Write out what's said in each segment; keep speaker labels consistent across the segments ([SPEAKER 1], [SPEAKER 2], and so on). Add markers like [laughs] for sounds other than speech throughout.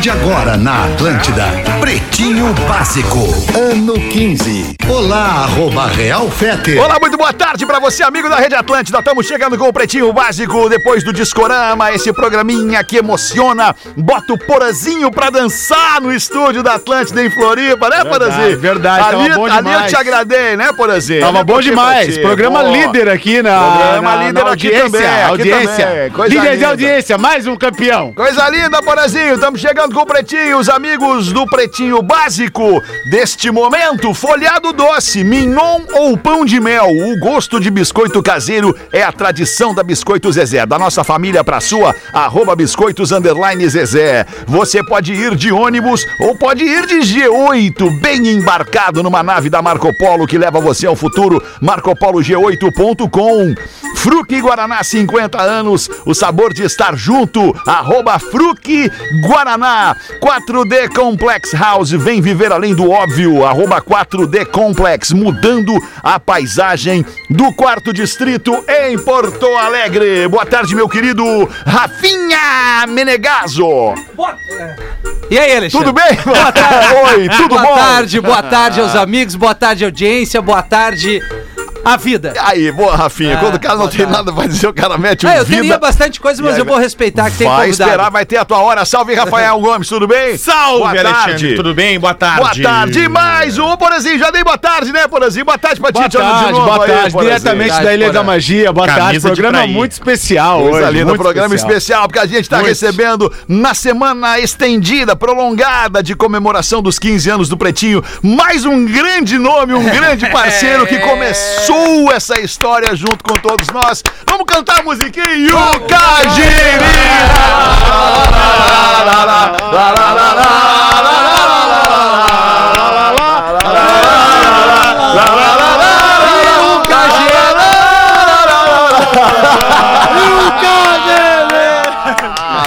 [SPEAKER 1] de agora na Atlântida. Pretinho Básico, ano 15. Olá, arroba Real Fete.
[SPEAKER 2] Olá, muito boa tarde pra você, amigo da Rede Atlântida. Estamos chegando com o Pretinho Básico depois do Discorama, esse programinha que emociona. Bota o Porazinho pra dançar no estúdio da Atlântida em Floripa, né, Porazinho?
[SPEAKER 3] verdade, tava
[SPEAKER 2] ali,
[SPEAKER 3] bom
[SPEAKER 2] ali eu
[SPEAKER 3] demais.
[SPEAKER 2] te agradei, né, Porazinho?
[SPEAKER 3] Tava bom demais. Programa líder aqui na.
[SPEAKER 2] Programa
[SPEAKER 3] na- na
[SPEAKER 2] líder aqui
[SPEAKER 3] audiência,
[SPEAKER 2] também, aqui
[SPEAKER 3] audiência.
[SPEAKER 2] também. Coisa
[SPEAKER 3] líder de
[SPEAKER 2] linda.
[SPEAKER 3] audiência, mais um campeão.
[SPEAKER 2] Coisa linda, Borazinho! Estamos chegando com o Pretinho, os amigos do Pretinho Básico. Deste momento, folhado doce, mignon ou pão de mel. O gosto de biscoito caseiro é a tradição da Biscoito Zezé. Da nossa família pra sua, arroba biscoitos underline Zezé. Você pode ir de ônibus ou pode ir de G8, bem embarcado numa nave da Marco Polo que leva você ao futuro. MarcoPoloG8.com. Fruque Guaraná, 50 anos. O sabor de estar junto. Arroba Fruque Guaraná. 4D Complex House. Vem viver além do óbvio. Arroba 4D Complex. Mudando a paisagem do quarto distrito em Porto Alegre. Boa tarde, meu querido Rafinha Menegaso.
[SPEAKER 4] E aí, Alexandre?
[SPEAKER 2] Tudo
[SPEAKER 4] [laughs]
[SPEAKER 2] bem? Boa tarde. Oi, tudo
[SPEAKER 4] boa
[SPEAKER 2] bom? Ah.
[SPEAKER 4] tarde, boa tarde aos amigos, boa tarde audiência, boa tarde à vida.
[SPEAKER 2] Aí, boa, Rafinha.
[SPEAKER 4] Ah,
[SPEAKER 2] Quando o cara não
[SPEAKER 4] boa
[SPEAKER 2] tem
[SPEAKER 4] tarde.
[SPEAKER 2] nada pra dizer, o cara mete um
[SPEAKER 4] Ah, eu
[SPEAKER 2] vida.
[SPEAKER 4] teria bastante coisa, mas
[SPEAKER 2] E aí,
[SPEAKER 4] eu vou respeitar que tem
[SPEAKER 2] vai
[SPEAKER 4] convidado.
[SPEAKER 2] esperar, vai ter a tua hora. Salve,
[SPEAKER 3] [laughs]
[SPEAKER 2] Rafael Gomes, tudo bem? Boa tarde.
[SPEAKER 3] Tudo bem? Boa
[SPEAKER 2] Boa
[SPEAKER 3] tarde.
[SPEAKER 2] tarde, mais um Porazinho. Já dei boa tarde, né, Porazinho? Boa tarde pra ti,
[SPEAKER 3] Boa
[SPEAKER 2] Tiano, de
[SPEAKER 3] tarde,
[SPEAKER 2] novo
[SPEAKER 3] boa
[SPEAKER 2] aí,
[SPEAKER 3] tarde.
[SPEAKER 2] Porazinho.
[SPEAKER 3] Diretamente
[SPEAKER 4] Boa
[SPEAKER 3] da
[SPEAKER 4] tarde,
[SPEAKER 3] Ilha da
[SPEAKER 4] Porã.
[SPEAKER 3] Magia. Boa tarde.
[SPEAKER 5] Camisa de
[SPEAKER 3] Programa
[SPEAKER 5] praia.
[SPEAKER 3] muito especial
[SPEAKER 2] Coisa
[SPEAKER 3] hoje.
[SPEAKER 2] linda,
[SPEAKER 3] muito
[SPEAKER 2] programa especial. porque a gente está
[SPEAKER 3] Muito.
[SPEAKER 2] recebendo na semana estendida, prolongada de comemoração dos 15 anos do Pretinho, mais um grande nome, um grande parceiro
[SPEAKER 3] [laughs]
[SPEAKER 2] que começou essa história junto com todos nós. Vamos cantar a musiquinha Yuca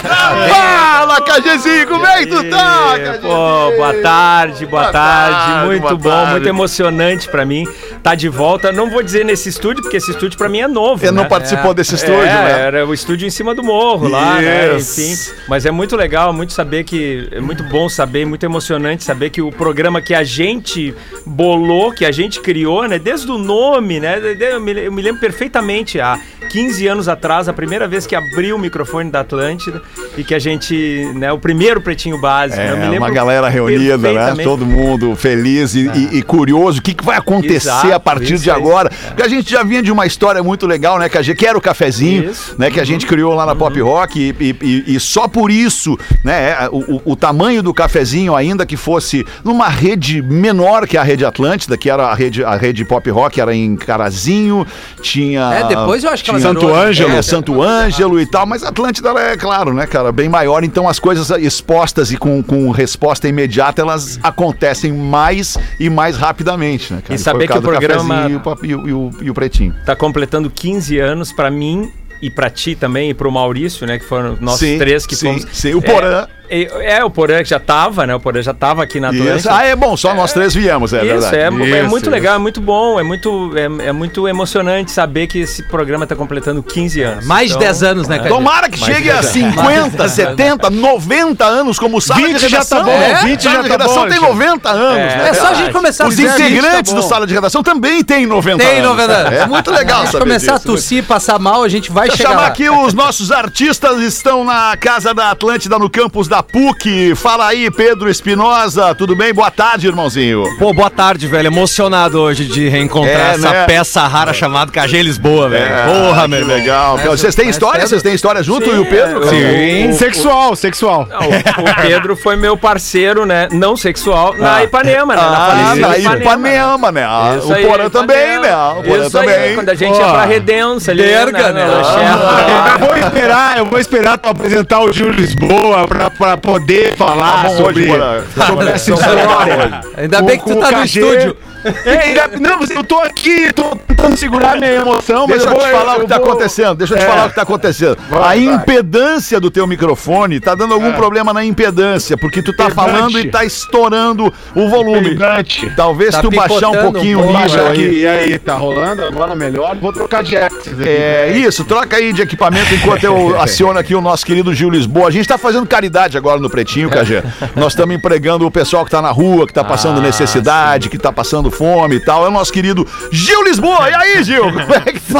[SPEAKER 2] Fala, KGzinho, como é que tu tá, KGzinho?
[SPEAKER 6] Pô, boa tarde, boa,
[SPEAKER 2] Boa
[SPEAKER 6] tarde,
[SPEAKER 2] tarde,
[SPEAKER 6] muito
[SPEAKER 2] boa
[SPEAKER 6] bom,
[SPEAKER 2] tarde.
[SPEAKER 6] muito emocionante pra mim. Tá de volta, não vou dizer nesse estúdio, porque esse estúdio pra mim é novo.
[SPEAKER 2] Você
[SPEAKER 6] né?
[SPEAKER 2] não participou desse
[SPEAKER 6] É,
[SPEAKER 2] estúdio, né?
[SPEAKER 6] Era o estúdio em cima do morro lá, né?
[SPEAKER 2] Yes.
[SPEAKER 6] Enfim. Mas é muito legal, muito saber que. É muito bom saber, muito emocionante saber que o programa que a gente bolou, que a gente criou, né? Desde o nome, né? de- de- Eu me, eu me lembro perfeitamente há 15 anos atrás, a primeira vez que abriu o microfone da Atlântida e que a gente, né? O primeiro pretinho básico. né, eu me
[SPEAKER 2] É,
[SPEAKER 6] lembro
[SPEAKER 2] uma galera reunida, né?
[SPEAKER 6] perfeitamente.
[SPEAKER 2] Todo mundo feliz e, e- e curioso. O que, que vai acontecer
[SPEAKER 6] Exato,
[SPEAKER 2] a partir
[SPEAKER 6] isso
[SPEAKER 2] de
[SPEAKER 6] aí.
[SPEAKER 2] agora? Porque a gente já vinha de uma história muito legal, né? Que, a gente, que era o cafezinho,
[SPEAKER 6] Isso.
[SPEAKER 2] né? Que a gente criou lá na Pop Rock e, e- e- e só por isso, né? é, O, o- o tamanho do cafezinho, ainda que fosse numa rede menor que a rede Atlântida, que era a rede, a rede Pop Rock, era em Carazinho, tinha.
[SPEAKER 4] É, depois eu acho que ela
[SPEAKER 2] tinha-
[SPEAKER 4] virou, né?
[SPEAKER 2] Ângelo,
[SPEAKER 4] É,
[SPEAKER 2] Santo Ângelo e tal, mas Atlântida ela é, claro, né, cara, bem maior, então as coisas expostas e com, com resposta imediata, elas acontecem mais e mais rapidamente, né, cara?
[SPEAKER 6] E
[SPEAKER 2] foi por
[SPEAKER 6] saber
[SPEAKER 2] causa
[SPEAKER 6] que o
[SPEAKER 2] do
[SPEAKER 6] programa-
[SPEAKER 2] cafezinho E o, pop- e o, e o- e o Pretinho.
[SPEAKER 6] tá completando 15 anos pra mim e pra ti também e pro Maurício, né, que foram nós
[SPEAKER 2] Sim,
[SPEAKER 6] três que
[SPEAKER 2] sim,
[SPEAKER 6] fomos.
[SPEAKER 2] sim. O Porã.
[SPEAKER 6] É, é, o Porã que já tava, né? O Porã já tava aqui na Atlântida.
[SPEAKER 2] Isso. Ah, é bom, só nós três viemos, é
[SPEAKER 6] Isso,
[SPEAKER 2] verdade.
[SPEAKER 6] é, é
[SPEAKER 3] Isso,
[SPEAKER 6] muito
[SPEAKER 3] isso.
[SPEAKER 6] legal, é muito bom, é muito, é, é muito emocionante saber que esse programa tá completando 15 anos.
[SPEAKER 4] Mais de
[SPEAKER 6] Então,
[SPEAKER 4] 10 anos, né, cara?
[SPEAKER 2] Tomara que chegue a 50, 70, 90 anos como sala
[SPEAKER 3] 20
[SPEAKER 2] de
[SPEAKER 3] já
[SPEAKER 2] redação.
[SPEAKER 3] tá bom,
[SPEAKER 2] É,
[SPEAKER 3] 20
[SPEAKER 2] sala
[SPEAKER 3] já
[SPEAKER 2] de
[SPEAKER 3] tá
[SPEAKER 2] redação
[SPEAKER 3] bom,
[SPEAKER 2] tem
[SPEAKER 3] gente.
[SPEAKER 2] 90 anos, né?
[SPEAKER 4] É só a gente começar a
[SPEAKER 2] Os
[SPEAKER 4] dizer, gente, tá
[SPEAKER 2] integrantes
[SPEAKER 4] bom.
[SPEAKER 2] do sala de redação também têm 90
[SPEAKER 4] Tem
[SPEAKER 2] anos.
[SPEAKER 4] 90 anos.
[SPEAKER 2] É muito legal
[SPEAKER 4] Se
[SPEAKER 2] saber
[SPEAKER 4] começar a
[SPEAKER 2] disso. né?
[SPEAKER 4] tossir, passar mal, a gente vai
[SPEAKER 2] Deixa eu
[SPEAKER 4] chegar
[SPEAKER 2] chamar
[SPEAKER 4] lá.
[SPEAKER 2] aqui os nossos artistas, estão na Casa da Atlântida, no campus da PUC. Fala aí, Pedro Espinosa, tudo bem? Boa tarde, irmãozinho.
[SPEAKER 7] Pô, boa tarde, velho. Emocionado hoje de reencontrar
[SPEAKER 2] É,
[SPEAKER 7] essa
[SPEAKER 2] né?
[SPEAKER 7] peça rara chamada KG Lisboa, velho.
[SPEAKER 6] É.
[SPEAKER 7] Porra, meu
[SPEAKER 2] que
[SPEAKER 7] irmão.
[SPEAKER 2] legal. Vocês têm história? Vocês têm história junto e o Pedro?
[SPEAKER 3] Sim. Sexual, sexual.
[SPEAKER 6] Ah, é, O, o Pedro foi meu parceiro, né? Não sexual, na Ipanema, né? na
[SPEAKER 2] Ah,
[SPEAKER 6] falecida
[SPEAKER 2] na Ipanema, né? Ah,
[SPEAKER 6] Isso
[SPEAKER 2] o
[SPEAKER 6] aí,
[SPEAKER 2] Porã
[SPEAKER 6] Ipanema.
[SPEAKER 2] também, né? O Porã
[SPEAKER 6] Isso aí,
[SPEAKER 2] também.
[SPEAKER 6] quando a gente ia
[SPEAKER 3] Pô.
[SPEAKER 6] pra Redença ali.
[SPEAKER 4] Berga, né?
[SPEAKER 6] na Lacerda.
[SPEAKER 2] Ah,
[SPEAKER 3] Eu vou esperar, eu vou esperar tu apresentar o Gil Lisboa pra, pra poder falar
[SPEAKER 2] Tá bom
[SPEAKER 3] sobre,
[SPEAKER 2] hoje, Porã.
[SPEAKER 4] Tá
[SPEAKER 2] um
[SPEAKER 3] sobre essa história.
[SPEAKER 4] Ainda
[SPEAKER 3] Com-
[SPEAKER 4] bem que
[SPEAKER 3] com
[SPEAKER 4] tu
[SPEAKER 3] o
[SPEAKER 4] tá no
[SPEAKER 3] KG,
[SPEAKER 4] estúdio.
[SPEAKER 3] Ei, Gabi, é, não, eu tô aqui, tô tentando segurar minha emoção, mas
[SPEAKER 2] Deixa eu
[SPEAKER 3] vou-
[SPEAKER 2] te falar o que tá
[SPEAKER 3] vou-
[SPEAKER 2] acontecendo. Deixa eu te
[SPEAKER 3] É.
[SPEAKER 2] falar o que tá acontecendo. a impedância do teu microfone tá dando algum problema na impedância, porque tu tá
[SPEAKER 3] É. Impedante.
[SPEAKER 2] falando e tá estourando o volume.
[SPEAKER 3] Gigante.
[SPEAKER 2] Talvez
[SPEAKER 4] Tá
[SPEAKER 2] tu baixar um
[SPEAKER 4] picotando um
[SPEAKER 2] pouquinho o
[SPEAKER 4] pouco.
[SPEAKER 2] nível
[SPEAKER 3] Baixa
[SPEAKER 2] aqui.
[SPEAKER 3] aqui. E aí, tá rolando agora melhor? Vou trocar de axis aqui.
[SPEAKER 2] É isso, troca aí de equipamento enquanto
[SPEAKER 6] [laughs]
[SPEAKER 2] eu aciono aqui o nosso querido Gil Lisboa. A gente tá fazendo caridade agora no Pretinho, Cajé. Nós estamos empregando o pessoal que tá na rua, que tá
[SPEAKER 6] Ah,
[SPEAKER 2] passando necessidade, que tá passando fome e tal. É o nosso querido Gil Lisboa. E aí,
[SPEAKER 6] [laughs]
[SPEAKER 2] Gil? Como é que tá?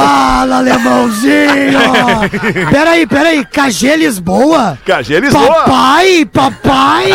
[SPEAKER 2] [laughs]
[SPEAKER 5] Fala, alemãozinho! peraí, peraí, KG Lisboa?
[SPEAKER 2] Cajé Lisboa.
[SPEAKER 5] Papai, papai!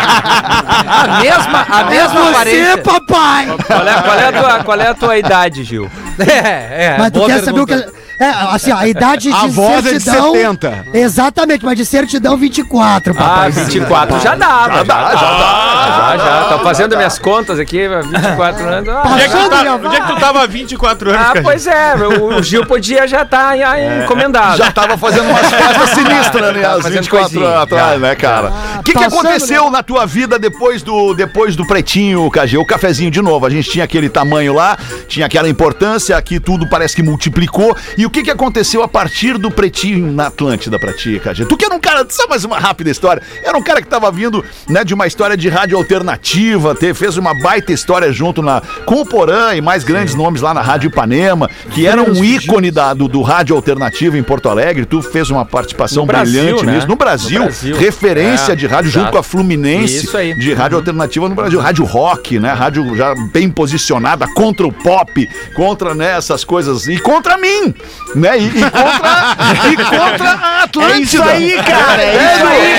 [SPEAKER 4] A mesma, a
[SPEAKER 5] É
[SPEAKER 4] mesma
[SPEAKER 5] você,
[SPEAKER 4] aparência.
[SPEAKER 5] papai!
[SPEAKER 6] Qual é, qual é a tua, qual é a tua idade, Gil? [laughs]
[SPEAKER 4] É, é.
[SPEAKER 5] Mas tu
[SPEAKER 4] boa
[SPEAKER 5] quer saber o que.
[SPEAKER 4] pergunta.
[SPEAKER 5] É, assim, ó, a idade de
[SPEAKER 3] A voz é de
[SPEAKER 5] certidão.
[SPEAKER 3] 70.
[SPEAKER 5] Exatamente, mas de certidão 24,
[SPEAKER 6] Ah,
[SPEAKER 5] papai.
[SPEAKER 6] 24 já dava. Já dá, já dá. Já, já. Tô fazendo minhas contas aqui, 24 anos. ah,
[SPEAKER 5] Onde é que tu tá-
[SPEAKER 3] Tá, onde é que tu tava há 24 anos,
[SPEAKER 6] Ah,
[SPEAKER 3] cara?
[SPEAKER 6] pois é, o, o Gil podia já estar encomendado.
[SPEAKER 2] Já tava fazendo umas festas sinistras, né?
[SPEAKER 6] Tava
[SPEAKER 2] Às
[SPEAKER 6] fazendo
[SPEAKER 2] 24
[SPEAKER 6] coisinha,
[SPEAKER 2] anos atrás, né, cara? O que, que
[SPEAKER 5] passando,
[SPEAKER 2] aconteceu na tua vida depois do, depois do pretinho, Cajê? O cafezinho de novo. A gente tinha aquele tamanho lá, tinha aquela importância, aqui tudo parece que multiplicou. E o que, que aconteceu a partir do pretinho na Atlântida pra ti, Cajê? Tu que era um cara, só mais uma rápida história. Era um cara que tava vindo, né, de uma história de rádio alternativa, te, fez uma baita história junto na, com o Porã e mais grandes nomes lá na Rádio Ipanema, que era um ícone da, do, do rádio alternativo em Porto Alegre. Tu fez uma participação
[SPEAKER 6] No Brasil,
[SPEAKER 2] brilhante
[SPEAKER 6] né?
[SPEAKER 2] nisso. No Brasil,
[SPEAKER 6] No Brasil.
[SPEAKER 2] referência
[SPEAKER 6] É,
[SPEAKER 2] de rádio junto
[SPEAKER 6] exato.
[SPEAKER 2] com a Fluminense
[SPEAKER 6] Isso aí.
[SPEAKER 2] de rádio alternativa no Brasil. Rádio rock, né? Rádio já bem posicionada contra o pop, contra né, essas coisas. E contra mim, né? E, e contra, e contra a Atlântida. É isso aí, cara. É, isso aí,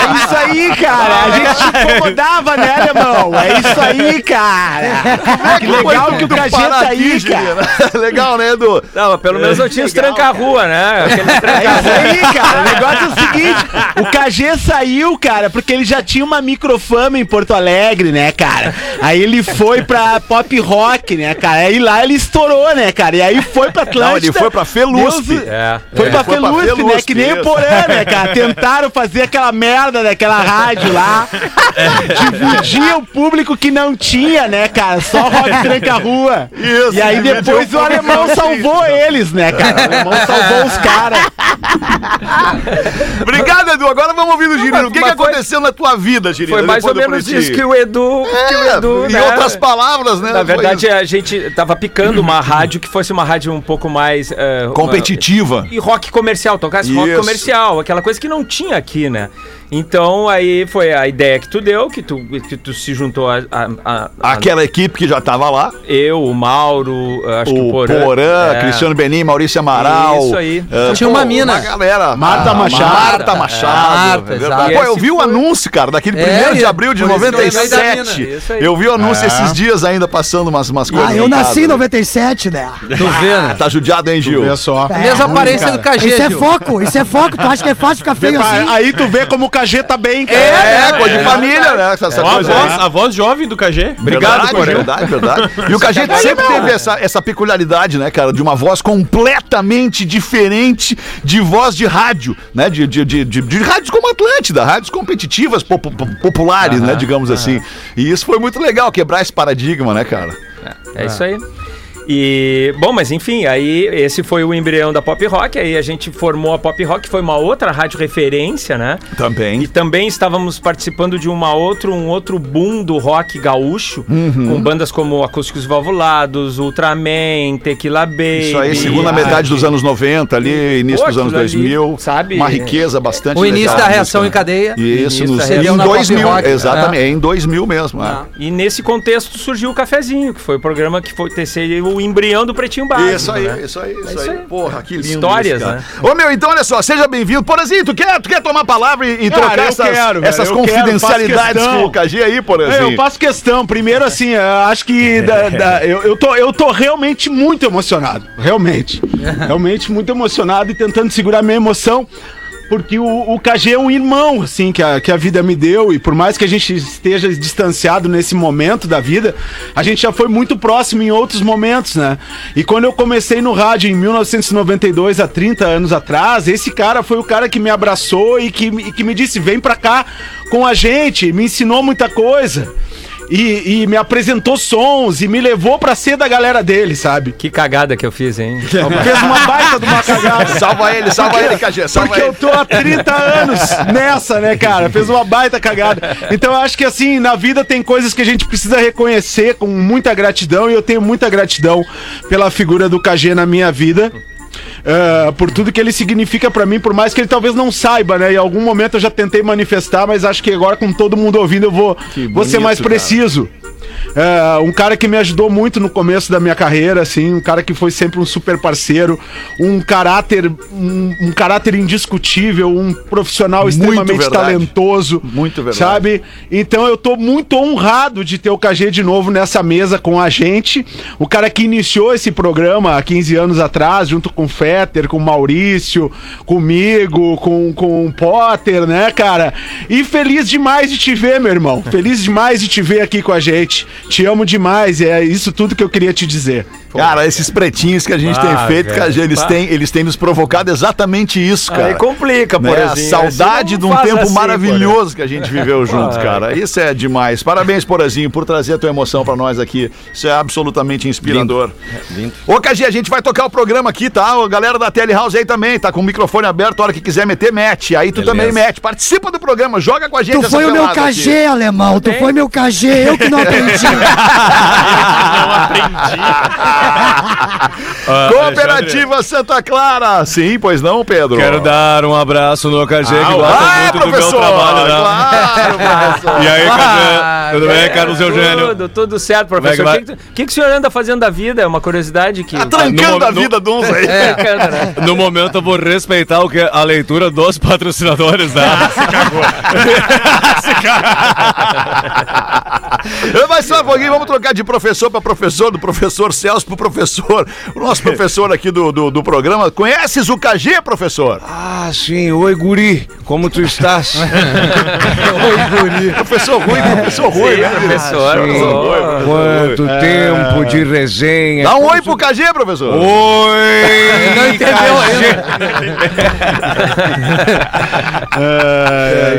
[SPEAKER 3] É isso aí, cara. A gente te incomodava, né, alemão? É isso aí, cara. Que legal que o Cajê tá aí, cara.
[SPEAKER 2] [laughs] Legal, né, Edu?
[SPEAKER 6] Não, mas pelo menos não tinha os tranca-rua, né? [laughs] Aqueles
[SPEAKER 3] É isso
[SPEAKER 6] tranca-rua.
[SPEAKER 3] aí, cara. O negócio é o seguinte: o KG saiu, cara, porque ele já tinha uma microfama em Porto Alegre, né, cara? Aí ele foi pra pop rock, né, cara? Aí lá ele estourou, né, cara? E aí foi pra Atlântida.
[SPEAKER 2] Não, ele foi pra Feluspe.
[SPEAKER 3] Deus-
[SPEAKER 6] É.
[SPEAKER 3] Foi pra
[SPEAKER 2] Foi pra
[SPEAKER 3] Feluspe, né?
[SPEAKER 2] Feluspe,
[SPEAKER 3] Que nem
[SPEAKER 2] isso.
[SPEAKER 3] o Porã,
[SPEAKER 2] [laughs]
[SPEAKER 3] né, cara? Tentaram fazer aquela merda daquela rádio lá.
[SPEAKER 2] É.
[SPEAKER 3] Dividia o público que não tinha, né, cara? Só rock tranca-rua.
[SPEAKER 2] É. Isso,
[SPEAKER 3] E aí
[SPEAKER 2] dividia
[SPEAKER 3] depois
[SPEAKER 2] o
[SPEAKER 3] o alemão
[SPEAKER 2] público.
[SPEAKER 3] salvou eles, né, cara? O alemão salvou os caras.
[SPEAKER 2] Obrigado, Edu. Agora vamos ouvir o Girino. O que, que
[SPEAKER 6] mas foi-
[SPEAKER 2] aconteceu na tua vida, Girino?
[SPEAKER 6] Foi mais ou menos isso que o Edu. que o Edu
[SPEAKER 2] Em
[SPEAKER 6] né?
[SPEAKER 2] outras palavras, né?
[SPEAKER 6] Na
[SPEAKER 2] foi
[SPEAKER 6] verdade, a gente tava
[SPEAKER 2] [clears throat]
[SPEAKER 6] picando uma rádio que fosse uma rádio um pouco mais. eh, uma-
[SPEAKER 2] competitiva.
[SPEAKER 6] e rock comercial, tocasse rock
[SPEAKER 2] Isso.
[SPEAKER 6] comercial, aquela coisa que não tinha aqui, né? Então aí foi a ideia que tu deu, que tu, que tu se juntou a, a- a- a-
[SPEAKER 2] Aquela equipe que já tava lá,
[SPEAKER 6] eu, o Mauro, eh, acho que
[SPEAKER 2] o
[SPEAKER 6] o
[SPEAKER 2] Porã,
[SPEAKER 6] Porã. é.
[SPEAKER 2] Cristiano Benin, Maurício Amaral.
[SPEAKER 6] Isso aí.
[SPEAKER 2] ah,
[SPEAKER 4] Tinha uma mina.
[SPEAKER 2] galera.
[SPEAKER 3] Marta
[SPEAKER 2] Ah,
[SPEAKER 3] Machado.
[SPEAKER 2] Marta
[SPEAKER 4] É,
[SPEAKER 2] Machado.
[SPEAKER 4] Marta,
[SPEAKER 2] é
[SPEAKER 4] exato.
[SPEAKER 2] verdade. Pô, eu
[SPEAKER 6] Esse
[SPEAKER 2] vi o
[SPEAKER 6] foi-
[SPEAKER 2] anúncio, cara, daquele
[SPEAKER 4] É,
[SPEAKER 2] 1 de
[SPEAKER 4] e-
[SPEAKER 2] abril de
[SPEAKER 4] por isso que eu lembrei da
[SPEAKER 2] 97.
[SPEAKER 4] mina, isso
[SPEAKER 2] Eu,
[SPEAKER 4] aí. É.
[SPEAKER 2] vi o anúncio esses dias ainda, passando umas, umas coisas.
[SPEAKER 5] Ah, eu nasci em 97, né?
[SPEAKER 4] Tu vê, né?
[SPEAKER 2] Tá judiado, hein, Gil?
[SPEAKER 3] só.
[SPEAKER 5] É,
[SPEAKER 4] Mesma aparência do KG,
[SPEAKER 5] Isso é
[SPEAKER 4] Gil.
[SPEAKER 5] foco, isso é foco. Tu acha que é fácil ficar feio assim?
[SPEAKER 3] Aí tu vê como o KG tá bem, cara.
[SPEAKER 2] É, coisa de família, né? Essa, essa
[SPEAKER 7] Ó, a,
[SPEAKER 2] coisa aí.
[SPEAKER 7] voz, a voz jovem do KG.
[SPEAKER 2] Obrigado, verdade, verdade, verdade. E o Cajete sempre teve essa, essa peculiaridade, né, cara, de uma voz completamente diferente de voz de rádio, né, de, de, de, de- de rádios como Atlântida, rádios competitivas, popu- po- populares, né, digamos assim. E isso foi muito legal, quebrar esse paradigma, né, cara?
[SPEAKER 6] É
[SPEAKER 2] Ah.
[SPEAKER 6] isso aí. E, bom, mas enfim, aí esse foi o embrião da Pop Rock, aí a gente formou a Pop Rock, que foi uma outra rádio referência, né? E
[SPEAKER 2] Também.
[SPEAKER 6] também estávamos participando de uma outro, um outro boom do rock gaúcho,
[SPEAKER 2] Uhum.
[SPEAKER 6] com bandas como Acústicos Valvulados, Ultraman, Tequila Baby. Ah,
[SPEAKER 2] Isso aí, segunda
[SPEAKER 6] Ai,
[SPEAKER 2] metade dos anos 90 ali, início
[SPEAKER 6] Pô,
[SPEAKER 2] dos anos
[SPEAKER 6] aquilo ali,
[SPEAKER 2] 2000,
[SPEAKER 6] sabe?
[SPEAKER 2] uma riqueza bastante
[SPEAKER 4] O início
[SPEAKER 2] legal,
[SPEAKER 4] da
[SPEAKER 2] né,
[SPEAKER 4] reação
[SPEAKER 2] cara?
[SPEAKER 4] em cadeia.
[SPEAKER 2] Isso,
[SPEAKER 6] Início
[SPEAKER 2] nos,
[SPEAKER 6] da
[SPEAKER 2] em
[SPEAKER 6] reação
[SPEAKER 4] na
[SPEAKER 2] 2000,
[SPEAKER 4] pop rock,
[SPEAKER 2] exatamente, é em 2000 mesmo. é.
[SPEAKER 6] E nesse contexto surgiu o Cafezinho, que foi o programa que foi ter sido o embrião do Pretinho Básico.
[SPEAKER 2] Isso aí,
[SPEAKER 6] né?
[SPEAKER 2] isso aí, isso,
[SPEAKER 6] isso
[SPEAKER 2] aí.
[SPEAKER 6] aí.
[SPEAKER 2] Porra, que lindo.
[SPEAKER 6] Histórias,
[SPEAKER 2] isso, cara.
[SPEAKER 6] né?
[SPEAKER 2] Ô meu, então olha só, seja bem-vindo. Porazinho, tu quer, tu quer tomar a palavra e, e
[SPEAKER 3] Cara,
[SPEAKER 2] trocar
[SPEAKER 3] eu
[SPEAKER 2] essas,
[SPEAKER 3] quero, velho,
[SPEAKER 2] essas
[SPEAKER 3] eu quero,
[SPEAKER 2] confidencialidades
[SPEAKER 3] faço
[SPEAKER 2] com o KG aí, Porazinho?
[SPEAKER 3] É, Eu faço questão. Primeiro, assim, eu acho que da- da- eu, eu tô, eu tô realmente muito emocionado. Realmente. Realmente muito emocionado e tentando segurar minha emoção. Porque o, o KG é um irmão, assim, que a, que a vida me deu. E por mais que a gente esteja distanciado nesse momento da vida, a gente já foi muito próximo em outros momentos, né? E quando eu comecei no rádio em 1992, há 30 anos atrás, esse cara foi o cara que me abraçou e que, e que me disse: vem pra cá com a gente, me ensinou muita coisa. e, e me apresentou sons e me levou pra ser da galera dele, sabe?
[SPEAKER 6] Que cagada que eu
[SPEAKER 2] [laughs]
[SPEAKER 6] fiz, hein?
[SPEAKER 3] Fez uma baita de uma cagada.
[SPEAKER 2] Salva ele, salva ele, Cajé, salva
[SPEAKER 3] Porque eu
[SPEAKER 2] ele.
[SPEAKER 3] tô há 30 anos nessa, né, cara? Fez uma baita cagada. Então eu acho que assim, na vida tem coisas que a gente precisa reconhecer com muita gratidão e eu tenho muita gratidão pela figura do KG na minha vida. Ah, por tudo que ele significa pra mim, por mais que ele talvez não saiba, né? Em algum momento eu já tentei manifestar, mas acho que agora com todo mundo ouvindo eu vou, vou ser mais preciso. É, um cara que me ajudou muito no começo da minha carreira, assim, um cara que foi sempre um super parceiro, um caráter, um, um caráter indiscutível, um profissional extremamente
[SPEAKER 2] verdade.
[SPEAKER 3] talentoso.
[SPEAKER 2] Muito verdade.
[SPEAKER 3] Sabe? Então eu tô muito honrado de ter o KG de novo nessa mesa com a gente. O cara que iniciou esse programa há 15 anos atrás, junto com o Fetter, com o Maurício, comigo, com, com o Potter, né, cara? E feliz demais de te ver, meu irmão. Feliz demais de te ver aqui com a gente. Te amo demais. É isso tudo que eu queria te dizer.
[SPEAKER 2] Cara, esses pretinhos que a gente
[SPEAKER 6] Ah,
[SPEAKER 2] tem feito,
[SPEAKER 6] velho.
[SPEAKER 2] Cajé, eles têm, eles têm nos provocado exatamente isso, cara.
[SPEAKER 6] Aí complica, por
[SPEAKER 2] Né? A
[SPEAKER 6] exemplo.
[SPEAKER 2] saudade
[SPEAKER 6] Assim,
[SPEAKER 2] de
[SPEAKER 6] não
[SPEAKER 2] um
[SPEAKER 6] faz
[SPEAKER 2] tempo
[SPEAKER 6] assim,
[SPEAKER 2] maravilhoso que a gente viveu junto, cara. Isso é demais. Parabéns, Porazinho, por trazer a tua emoção pra nós aqui. Isso é absolutamente inspirador.
[SPEAKER 7] É,
[SPEAKER 2] Ô, KG, a gente vai tocar o programa aqui, tá? A galera da Tele House aí também, tá com o microfone aberto, a hora que quiser meter, mete. Aí tu também mete. Participa do programa, joga com a gente
[SPEAKER 5] Tu foi o meu
[SPEAKER 2] pelada aqui. [laughs]
[SPEAKER 5] KG, alemão. Tu foi meu KG, eu que não aprendi.
[SPEAKER 2] [laughs] Cooperativa Santa Clara. Sim, pois não, Pedro?
[SPEAKER 7] Quero dar um abraço no KG, que gosta
[SPEAKER 2] Ah, é,
[SPEAKER 7] muito do meu
[SPEAKER 2] professor!
[SPEAKER 7] trabalho, né?
[SPEAKER 2] Claro, professor!
[SPEAKER 7] E aí,
[SPEAKER 6] Ah,
[SPEAKER 7] KG? Tudo bem,
[SPEAKER 6] velho,
[SPEAKER 7] Carlos Eugênio?
[SPEAKER 6] Tudo, tudo
[SPEAKER 7] é
[SPEAKER 6] certo,
[SPEAKER 7] que
[SPEAKER 6] professor. O
[SPEAKER 7] vai?
[SPEAKER 6] que, que tu- que que o senhor anda fazendo da vida? É uma curiosidade que.
[SPEAKER 2] Tá trancando
[SPEAKER 7] No-
[SPEAKER 2] a
[SPEAKER 7] no-
[SPEAKER 2] vida de uns
[SPEAKER 6] [laughs]
[SPEAKER 2] aí.
[SPEAKER 6] É, cara, né?
[SPEAKER 7] No momento eu vou respeitar o que a leitura dos patrocinadores né? da. [laughs]
[SPEAKER 2] Mas só um pouquinho, vamos trocar de professor para professor, do professor Celso pro professor. O
[SPEAKER 3] [laughs]
[SPEAKER 2] nosso professor aqui do, do, do programa. Conheces o KG, professor?
[SPEAKER 7] Ah, sim, oi, guri. Como tu [laughs] estás?
[SPEAKER 2] Professor Rui, professor Rui, né?
[SPEAKER 6] Professor, professor.
[SPEAKER 7] Quanto tempo de resenha.
[SPEAKER 2] Dá um oi pro KG, professor.
[SPEAKER 7] Oi!
[SPEAKER 4] Não entendeu ainda.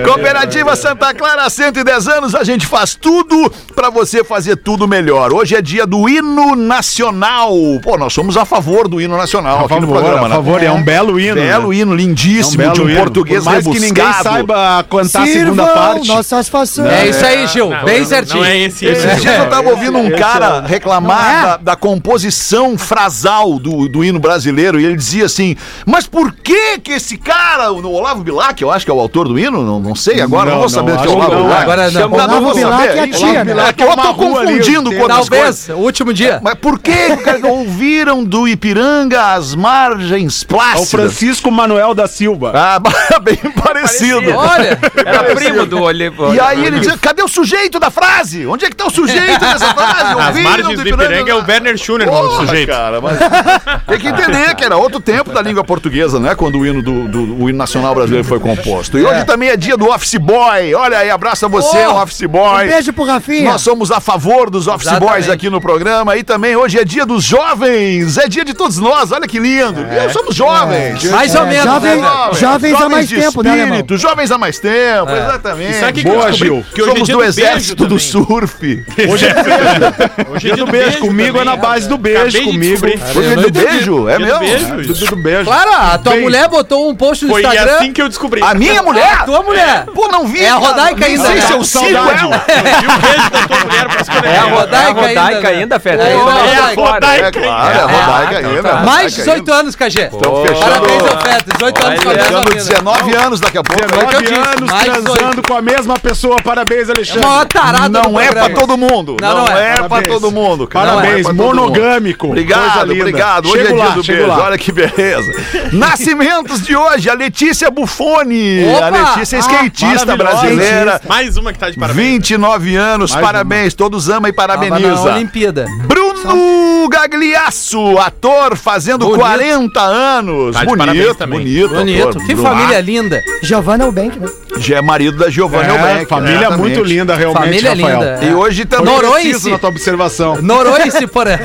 [SPEAKER 2] Cooperativa Santa Clara, 110 anos, a gente faz tudo pra você fazer tudo melhor. Hoje é dia do hino nacional. Pô, nós somos a favor do hino nacional aqui no programa, né?
[SPEAKER 3] é um belo hino. É
[SPEAKER 2] Belo hino, lindíssimo, de um português
[SPEAKER 3] Por mais que ninguém
[SPEAKER 2] rebuscado.
[SPEAKER 3] saiba cantar Tá a segunda
[SPEAKER 5] Sirvam
[SPEAKER 3] parte.
[SPEAKER 5] nossas fações.
[SPEAKER 4] É isso aí, Gil. Bem certinho.
[SPEAKER 8] Não é esse. esse
[SPEAKER 2] Esses dias eu tava ouvindo um
[SPEAKER 3] esse
[SPEAKER 2] cara reclamar
[SPEAKER 5] Não é?
[SPEAKER 2] da, da composição frasal do, do hino brasileiro e ele dizia assim: Mas por que que esse cara, o Olavo Bilac, eu acho que é o autor do hino, não, não sei, agora não, vou
[SPEAKER 3] Não, não,
[SPEAKER 2] saber que é o
[SPEAKER 3] acho
[SPEAKER 2] Olavo
[SPEAKER 3] que não.
[SPEAKER 2] Bilac.
[SPEAKER 4] Agora não.
[SPEAKER 2] Chama-
[SPEAKER 5] Olavo
[SPEAKER 2] vou
[SPEAKER 5] Bilac
[SPEAKER 2] saber.
[SPEAKER 5] é a tia,
[SPEAKER 2] Olavo
[SPEAKER 5] né?
[SPEAKER 2] Bilac, Eu
[SPEAKER 3] Uma
[SPEAKER 2] tô
[SPEAKER 3] rua ali,
[SPEAKER 2] confundindo
[SPEAKER 3] tem-
[SPEAKER 2] com outras coisas.
[SPEAKER 4] Talvez, o último dia.
[SPEAKER 2] Mas por que cara, não ouviram do Ipiranga as margens
[SPEAKER 3] É o
[SPEAKER 2] plácidas?
[SPEAKER 3] Francisco Manuel da Silva.
[SPEAKER 2] Ah, [laughs] bem parecido.
[SPEAKER 6] Parecia.
[SPEAKER 4] Olha,
[SPEAKER 6] Era primo do Olivo.
[SPEAKER 2] E aí ele dizia, cadê o sujeito da frase? Onde é que tá o sujeito dessa frase?
[SPEAKER 8] As
[SPEAKER 2] Ouviram
[SPEAKER 8] margens do Ipiranga é o Werner Schuner, o
[SPEAKER 2] Porra,
[SPEAKER 8] sujeito.
[SPEAKER 2] cara, mas- [laughs] Tem que entender que era outro tempo da língua portuguesa, né? Quando o hino, do, do- o hino nacional brasileiro foi composto. E hoje também é dia do Office Boy. Olha aí, abraça você,
[SPEAKER 5] Oh,
[SPEAKER 2] Office
[SPEAKER 5] Um
[SPEAKER 2] Boy.
[SPEAKER 5] beijo pro Rafinha.
[SPEAKER 2] Nós somos a favor dos Office
[SPEAKER 4] Exatamente.
[SPEAKER 2] Boys aqui no programa. E também hoje é dia dos jovens. É dia de todos nós. Olha que lindo. Nós somos jovens.
[SPEAKER 4] Mais ou menos,
[SPEAKER 5] jovem-
[SPEAKER 4] né, velho?
[SPEAKER 5] jovens há mais
[SPEAKER 2] de
[SPEAKER 5] tempo, né,
[SPEAKER 2] espírito,
[SPEAKER 5] alemão?
[SPEAKER 2] Jovens há mais tempo, exatamente.
[SPEAKER 8] E sabe o que que
[SPEAKER 2] Boa,
[SPEAKER 8] eu descobri?
[SPEAKER 2] Gil.
[SPEAKER 8] Que hoje é
[SPEAKER 2] Somos do
[SPEAKER 8] dia do beijo
[SPEAKER 2] exército do
[SPEAKER 8] também.
[SPEAKER 2] surf.
[SPEAKER 8] Hoje é do beijo. Hoje é
[SPEAKER 3] do beijo, comigo é na
[SPEAKER 8] também.
[SPEAKER 3] base do beijo,
[SPEAKER 8] Acabei de
[SPEAKER 3] comigo.
[SPEAKER 8] descobrir.
[SPEAKER 2] Hoje é do beijo, é
[SPEAKER 8] Dia do
[SPEAKER 2] mesmo?
[SPEAKER 8] beijo.
[SPEAKER 3] Tudo beijo.
[SPEAKER 4] Claro, a tua
[SPEAKER 3] Bem,
[SPEAKER 4] mulher botou um post no
[SPEAKER 8] Foi
[SPEAKER 4] Instagram.
[SPEAKER 8] assim que eu descobri.
[SPEAKER 2] A minha mulher?
[SPEAKER 4] A tua mulher.
[SPEAKER 2] Pô, não vi.
[SPEAKER 4] É a
[SPEAKER 2] cara.
[SPEAKER 4] Rodaica
[SPEAKER 2] Nem
[SPEAKER 4] ainda,
[SPEAKER 2] sei
[SPEAKER 4] né?
[SPEAKER 2] se eu sigo
[SPEAKER 3] Saudade.
[SPEAKER 2] ela.
[SPEAKER 8] E o beijo da tua mulher pra escolher.
[SPEAKER 4] É a Rodaica,
[SPEAKER 6] É a Rodaica ainda,
[SPEAKER 4] ainda,
[SPEAKER 6] Fede.
[SPEAKER 4] É,
[SPEAKER 6] É,
[SPEAKER 4] não,
[SPEAKER 8] É a
[SPEAKER 4] Rodaica.
[SPEAKER 2] É
[SPEAKER 8] Rodaica.
[SPEAKER 2] claro, é a Rodaica ainda. a
[SPEAKER 4] Mais
[SPEAKER 2] Rodaica
[SPEAKER 4] 18 anos, KG.
[SPEAKER 2] Estamos fechando-
[SPEAKER 4] Parabéns ao Feto. 18 anos com a mesma
[SPEAKER 2] Fechando
[SPEAKER 4] mina.
[SPEAKER 2] 19 anos daqui a pouco.
[SPEAKER 4] Foi o que eu
[SPEAKER 3] 19
[SPEAKER 4] disse,
[SPEAKER 3] anos
[SPEAKER 4] mais
[SPEAKER 3] transando com a mesma pessoa. Parabéns,
[SPEAKER 4] É o
[SPEAKER 3] Alexandre.
[SPEAKER 4] maior tarado do
[SPEAKER 2] Não é pra
[SPEAKER 4] programa.
[SPEAKER 2] todo mundo.
[SPEAKER 4] Não, não é.
[SPEAKER 2] pra
[SPEAKER 3] Parabéns.
[SPEAKER 2] todo mundo. cara. Não é
[SPEAKER 3] Parabéns,
[SPEAKER 2] pra todo mundo.
[SPEAKER 3] monogâmico. Coisa
[SPEAKER 2] Obrigado,
[SPEAKER 3] linda.
[SPEAKER 2] obrigado. Hoje
[SPEAKER 3] Chego
[SPEAKER 2] é
[SPEAKER 3] lá,
[SPEAKER 2] dia do
[SPEAKER 3] chego
[SPEAKER 2] beijo.
[SPEAKER 3] lá.
[SPEAKER 2] Olha que
[SPEAKER 3] [laughs]
[SPEAKER 2] beleza. Nascimentos de hoje, a Letícia Buffoni.
[SPEAKER 4] Opa!
[SPEAKER 2] A Letícia é skatista
[SPEAKER 3] Ah, maravilhosa.
[SPEAKER 2] brasileira.
[SPEAKER 8] Mais uma que tá de parabéns.
[SPEAKER 2] 29 anos, parabéns, todos amam e
[SPEAKER 4] Tava na
[SPEAKER 2] parabeniza.
[SPEAKER 4] Olimpíada.
[SPEAKER 2] Bruno Rodrigo Gagliasso, ator fazendo
[SPEAKER 4] Bonito.
[SPEAKER 2] 40 anos.
[SPEAKER 8] Tá de parabéns
[SPEAKER 2] bonito,
[SPEAKER 8] também.
[SPEAKER 2] bonito,
[SPEAKER 4] Bonito.
[SPEAKER 2] ator.
[SPEAKER 4] Que
[SPEAKER 2] Bruno
[SPEAKER 4] família linda.
[SPEAKER 5] Giovanna Elbank, né?
[SPEAKER 2] Já é marido da Giovanna
[SPEAKER 3] É,
[SPEAKER 2] Elbeck,
[SPEAKER 3] família
[SPEAKER 2] exatamente.
[SPEAKER 3] muito linda, realmente,
[SPEAKER 4] Família é
[SPEAKER 3] Rafael.
[SPEAKER 4] linda.
[SPEAKER 2] E hoje também
[SPEAKER 3] Preciso
[SPEAKER 4] Noroense.
[SPEAKER 3] na tua observação.
[SPEAKER 4] Noroense, [laughs] porém.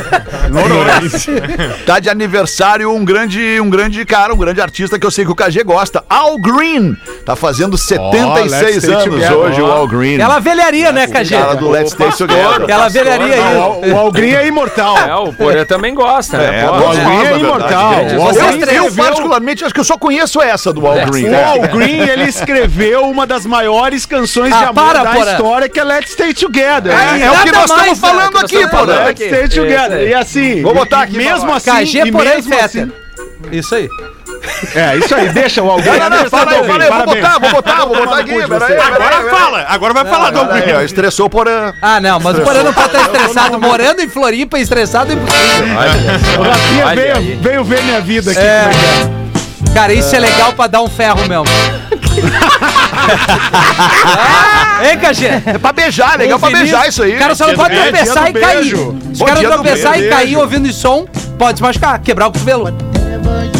[SPEAKER 2] tá de aniversário um grande, um grande cara, um grande artista que eu sei que o KG gosta. Al Green. Tá fazendo 76
[SPEAKER 3] Let's Stay
[SPEAKER 2] anos
[SPEAKER 3] Together.
[SPEAKER 2] hoje o Al Green.
[SPEAKER 4] Ela velharia, né,
[SPEAKER 2] o cara
[SPEAKER 6] tá
[SPEAKER 2] do
[SPEAKER 4] KG?
[SPEAKER 2] Let's Stay Together.
[SPEAKER 4] Ela velharia
[SPEAKER 3] O,
[SPEAKER 4] isso.
[SPEAKER 3] Al- o Algrim é imortal.
[SPEAKER 6] É, o
[SPEAKER 4] [laughs]
[SPEAKER 6] Porã também gosta, né?
[SPEAKER 2] É,
[SPEAKER 6] Pô,
[SPEAKER 3] O
[SPEAKER 2] nós
[SPEAKER 3] Algrim é
[SPEAKER 2] fala a
[SPEAKER 3] imortal.
[SPEAKER 2] verdade,
[SPEAKER 3] O
[SPEAKER 2] Eu,
[SPEAKER 4] Vocês
[SPEAKER 3] Algrim
[SPEAKER 4] três
[SPEAKER 2] eu
[SPEAKER 3] escreveu- É.
[SPEAKER 2] particularmente, acho que eu só conheço essa do Al Green.
[SPEAKER 3] O Al Green, ele escreveu uma das maiores canções de
[SPEAKER 4] Ah,
[SPEAKER 3] amor
[SPEAKER 4] para,
[SPEAKER 3] da
[SPEAKER 4] Porã.
[SPEAKER 3] história, que é Let's Stay Together.
[SPEAKER 2] É, é o que
[SPEAKER 4] Nada
[SPEAKER 2] nós estamos
[SPEAKER 4] mais, né,
[SPEAKER 2] falando
[SPEAKER 4] que nós
[SPEAKER 2] aqui,
[SPEAKER 4] estamos
[SPEAKER 2] Porã.
[SPEAKER 4] falando
[SPEAKER 3] Let's Stay Together. E assim,
[SPEAKER 2] Vou botar aqui,
[SPEAKER 3] mesmo
[SPEAKER 2] vai lá.
[SPEAKER 3] assim,
[SPEAKER 4] KG,
[SPEAKER 3] e
[SPEAKER 4] porém,
[SPEAKER 3] mesmo
[SPEAKER 4] Feta.
[SPEAKER 3] assim,
[SPEAKER 4] Isso aí.
[SPEAKER 3] É, isso aí, deixa o Algrim.
[SPEAKER 2] Não, não, não,
[SPEAKER 3] Deixa o
[SPEAKER 2] fala aí,
[SPEAKER 3] Algrim,
[SPEAKER 2] fala aí, vou
[SPEAKER 3] assim, parabéns.
[SPEAKER 2] botar, vou botar, vou botar aqui, peraí.
[SPEAKER 8] Agora fala, agora vai falar do
[SPEAKER 2] Peraí,
[SPEAKER 8] Algrim.
[SPEAKER 2] ó, Estressou eh, o Porã.
[SPEAKER 4] Ah, não, mas o Porã não pode estar estressado. Morando em Floripa, estressado é impossível.
[SPEAKER 3] O Rafinha
[SPEAKER 6] Olha
[SPEAKER 3] veio,
[SPEAKER 6] aí.
[SPEAKER 3] veio ver minha vida aqui.
[SPEAKER 4] É. Cara, isso é legal pra dar um ferro
[SPEAKER 3] [laughs]
[SPEAKER 4] mesmo. ah, hein, KG?
[SPEAKER 2] É pra beijar, legal pra beijar isso aí.
[SPEAKER 4] O cara só não pode
[SPEAKER 3] do beijo, dia
[SPEAKER 4] tropeçar e
[SPEAKER 3] do
[SPEAKER 4] cair.
[SPEAKER 3] beijo.
[SPEAKER 4] Se
[SPEAKER 2] Bom
[SPEAKER 4] o cara
[SPEAKER 2] dia do
[SPEAKER 4] tropeçar e
[SPEAKER 2] beijo.
[SPEAKER 4] cair ouvindo esse som, pode se machucar, quebrar o cotovelo.
[SPEAKER 3] Tá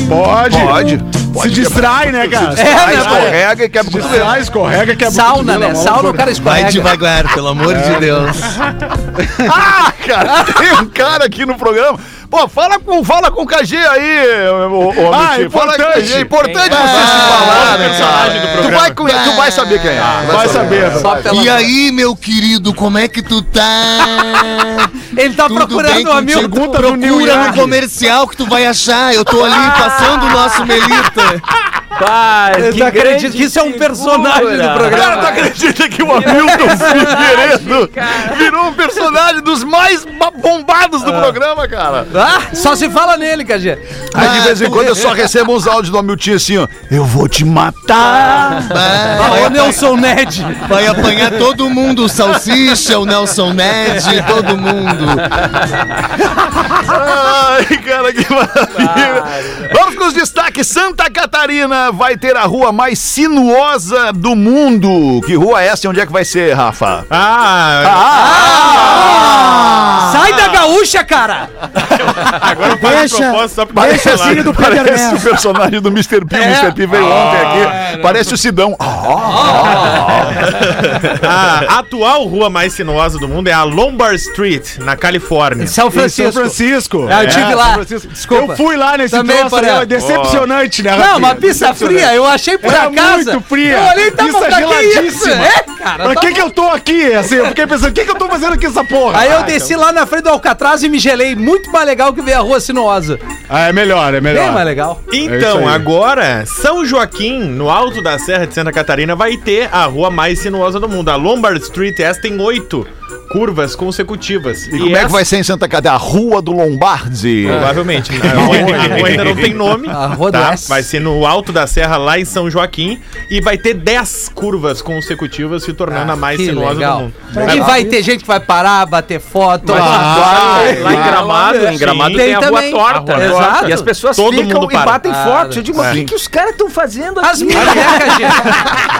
[SPEAKER 3] Pode.
[SPEAKER 2] Pode.
[SPEAKER 3] Se
[SPEAKER 2] Pode
[SPEAKER 3] distrai, né, cara?
[SPEAKER 2] Vai,
[SPEAKER 4] É, né, pô?
[SPEAKER 2] escorrega e quebra o
[SPEAKER 3] Se
[SPEAKER 2] cotovelo.
[SPEAKER 3] distrai, escorrega, é quebra o
[SPEAKER 4] Sauna,
[SPEAKER 3] cotovelo,
[SPEAKER 4] né?
[SPEAKER 3] a mão
[SPEAKER 4] Sauna o
[SPEAKER 3] fura.
[SPEAKER 4] cara
[SPEAKER 9] Vai
[SPEAKER 4] escorrega.
[SPEAKER 9] devagar, pelo amor de Deus.
[SPEAKER 2] Ah, cara, tem um cara aqui no programa. Pô, fala com, fala com o KG aí, ô, ô, ô,
[SPEAKER 3] Ah,
[SPEAKER 2] Mitinho. Fala com o
[SPEAKER 3] importante.
[SPEAKER 2] KG. É importante
[SPEAKER 9] Ah,
[SPEAKER 2] você se falar, né,
[SPEAKER 8] personagem é do
[SPEAKER 2] cara? Tu
[SPEAKER 8] programa.
[SPEAKER 2] vai, conhe- tu vai saber quem é.
[SPEAKER 3] Vai saber.
[SPEAKER 4] Só pela...
[SPEAKER 9] E aí, meu querido, como é que tu tá?
[SPEAKER 4] Ele tá
[SPEAKER 9] Tudo bem
[SPEAKER 4] procurando um amigo.
[SPEAKER 9] contigo?
[SPEAKER 3] Pergunta do New
[SPEAKER 9] Procura no
[SPEAKER 3] York.
[SPEAKER 9] comercial que tu vai achar. Eu tô ali passando o nosso Melita.
[SPEAKER 6] Pai,
[SPEAKER 4] Eu não acredito que isso é um personagem do programa.
[SPEAKER 2] Cara, tu acredita que o Hamilton
[SPEAKER 6] [laughs]
[SPEAKER 2] Figueiredo virou um personagem dos mais ba- bombados do programa, cara?
[SPEAKER 4] Ah, só se fala nele, KG.
[SPEAKER 2] Aí de vez em quando eu só recebo uns áudios do Hamilton assim, ó. Eu vou te matar.
[SPEAKER 4] Ah,
[SPEAKER 9] Vai,
[SPEAKER 4] ô Nelson Ned.
[SPEAKER 9] vai apanhar todo mundo. O Salsicha, o Nelson Ned, todo mundo.
[SPEAKER 2] Ai, cara, que maravilha. Vamos com os destaques. Santa Catarina vai ter a rua mais sinuosa do mundo. Que rua é essa e onde é que vai ser, Rafa?
[SPEAKER 8] Ah,
[SPEAKER 6] Ah!
[SPEAKER 4] Ah! Sai
[SPEAKER 3] Ah!
[SPEAKER 4] da gaúcha, cara.
[SPEAKER 8] agora faz de
[SPEAKER 5] Deixa,
[SPEAKER 8] propósito só pra
[SPEAKER 6] é
[SPEAKER 5] deixa o
[SPEAKER 8] falar.
[SPEAKER 5] filho do Peter
[SPEAKER 2] Parece o
[SPEAKER 5] Ness.
[SPEAKER 2] personagem do Mr. P. O Mr. P veio ontem
[SPEAKER 6] Ah, é.
[SPEAKER 2] aqui. Parece o Sidão. Ah,
[SPEAKER 8] Ah, A atual rua mais sinuosa do mundo é a Lombard Street, na Califórnia.
[SPEAKER 4] São
[SPEAKER 3] Em São
[SPEAKER 4] Francisco.
[SPEAKER 3] Francisco.
[SPEAKER 4] Ah,
[SPEAKER 3] É,
[SPEAKER 4] eu tive lá.
[SPEAKER 3] São Francisco.
[SPEAKER 4] Desculpa.
[SPEAKER 3] Eu fui lá nesse
[SPEAKER 4] Também,
[SPEAKER 3] troço,
[SPEAKER 4] Porã.
[SPEAKER 3] né? Decepcionante, né,
[SPEAKER 4] Não,
[SPEAKER 3] Rafinha?
[SPEAKER 4] uma pizza
[SPEAKER 3] Decepcionante.
[SPEAKER 4] fria, eu achei por
[SPEAKER 3] Era
[SPEAKER 4] acaso.
[SPEAKER 3] muito fria.
[SPEAKER 4] Eu olhei e tava
[SPEAKER 3] Pizza
[SPEAKER 4] pra que isso?
[SPEAKER 3] geladíssima.
[SPEAKER 4] [laughs] É, cara.
[SPEAKER 3] Pra
[SPEAKER 4] tá-
[SPEAKER 3] que que eu tô aqui? Assim, eu fiquei pensando, o que que eu tô fazendo aqui essa porra?
[SPEAKER 4] Aí eu desci
[SPEAKER 3] então.
[SPEAKER 4] lá na frente do Alcatraz e me gelei. Muito mais legal que ver a rua sinuosa.
[SPEAKER 3] Ah, é melhor, é
[SPEAKER 4] Bem mais
[SPEAKER 3] melhor.
[SPEAKER 4] legal.
[SPEAKER 8] Então,
[SPEAKER 3] É isso aí.
[SPEAKER 8] agora, São Joaquim, no alto da Serra de Santa Catarina, vai ter a rua mais sinuosa do mundo. A Lombard Street, essa tem oito curvas consecutivas.
[SPEAKER 2] E como é
[SPEAKER 8] essa-
[SPEAKER 2] que vai ser em Santa Catarina? A Rua do Lombardi.
[SPEAKER 8] Provavelmente. A rua ainda- a rua ainda não tem nome.
[SPEAKER 4] A rua do
[SPEAKER 8] tá?
[SPEAKER 4] S.
[SPEAKER 8] Vai ser no alto da serra, lá em São Joaquim. E vai ter 10 curvas consecutivas, se tornando a mais
[SPEAKER 4] que
[SPEAKER 8] sinuosa do
[SPEAKER 4] legal.
[SPEAKER 8] mundo.
[SPEAKER 4] E vai ter gente que vai parar, bater foto.
[SPEAKER 6] Ah,
[SPEAKER 8] Lá em Gramado, em Gramado
[SPEAKER 4] Tem
[SPEAKER 8] tem, a rua
[SPEAKER 4] também.
[SPEAKER 8] torta.
[SPEAKER 4] A rua Exato. torta.
[SPEAKER 6] né? E as pessoas
[SPEAKER 8] Todo
[SPEAKER 6] ficam
[SPEAKER 8] mundo
[SPEAKER 6] e
[SPEAKER 8] para.
[SPEAKER 6] batem
[SPEAKER 4] Ah,
[SPEAKER 6] fotos. Eu digo, mas o
[SPEAKER 8] é.
[SPEAKER 6] que, que os caras estão fazendo
[SPEAKER 4] As
[SPEAKER 6] aqui?
[SPEAKER 4] minas, né, KG?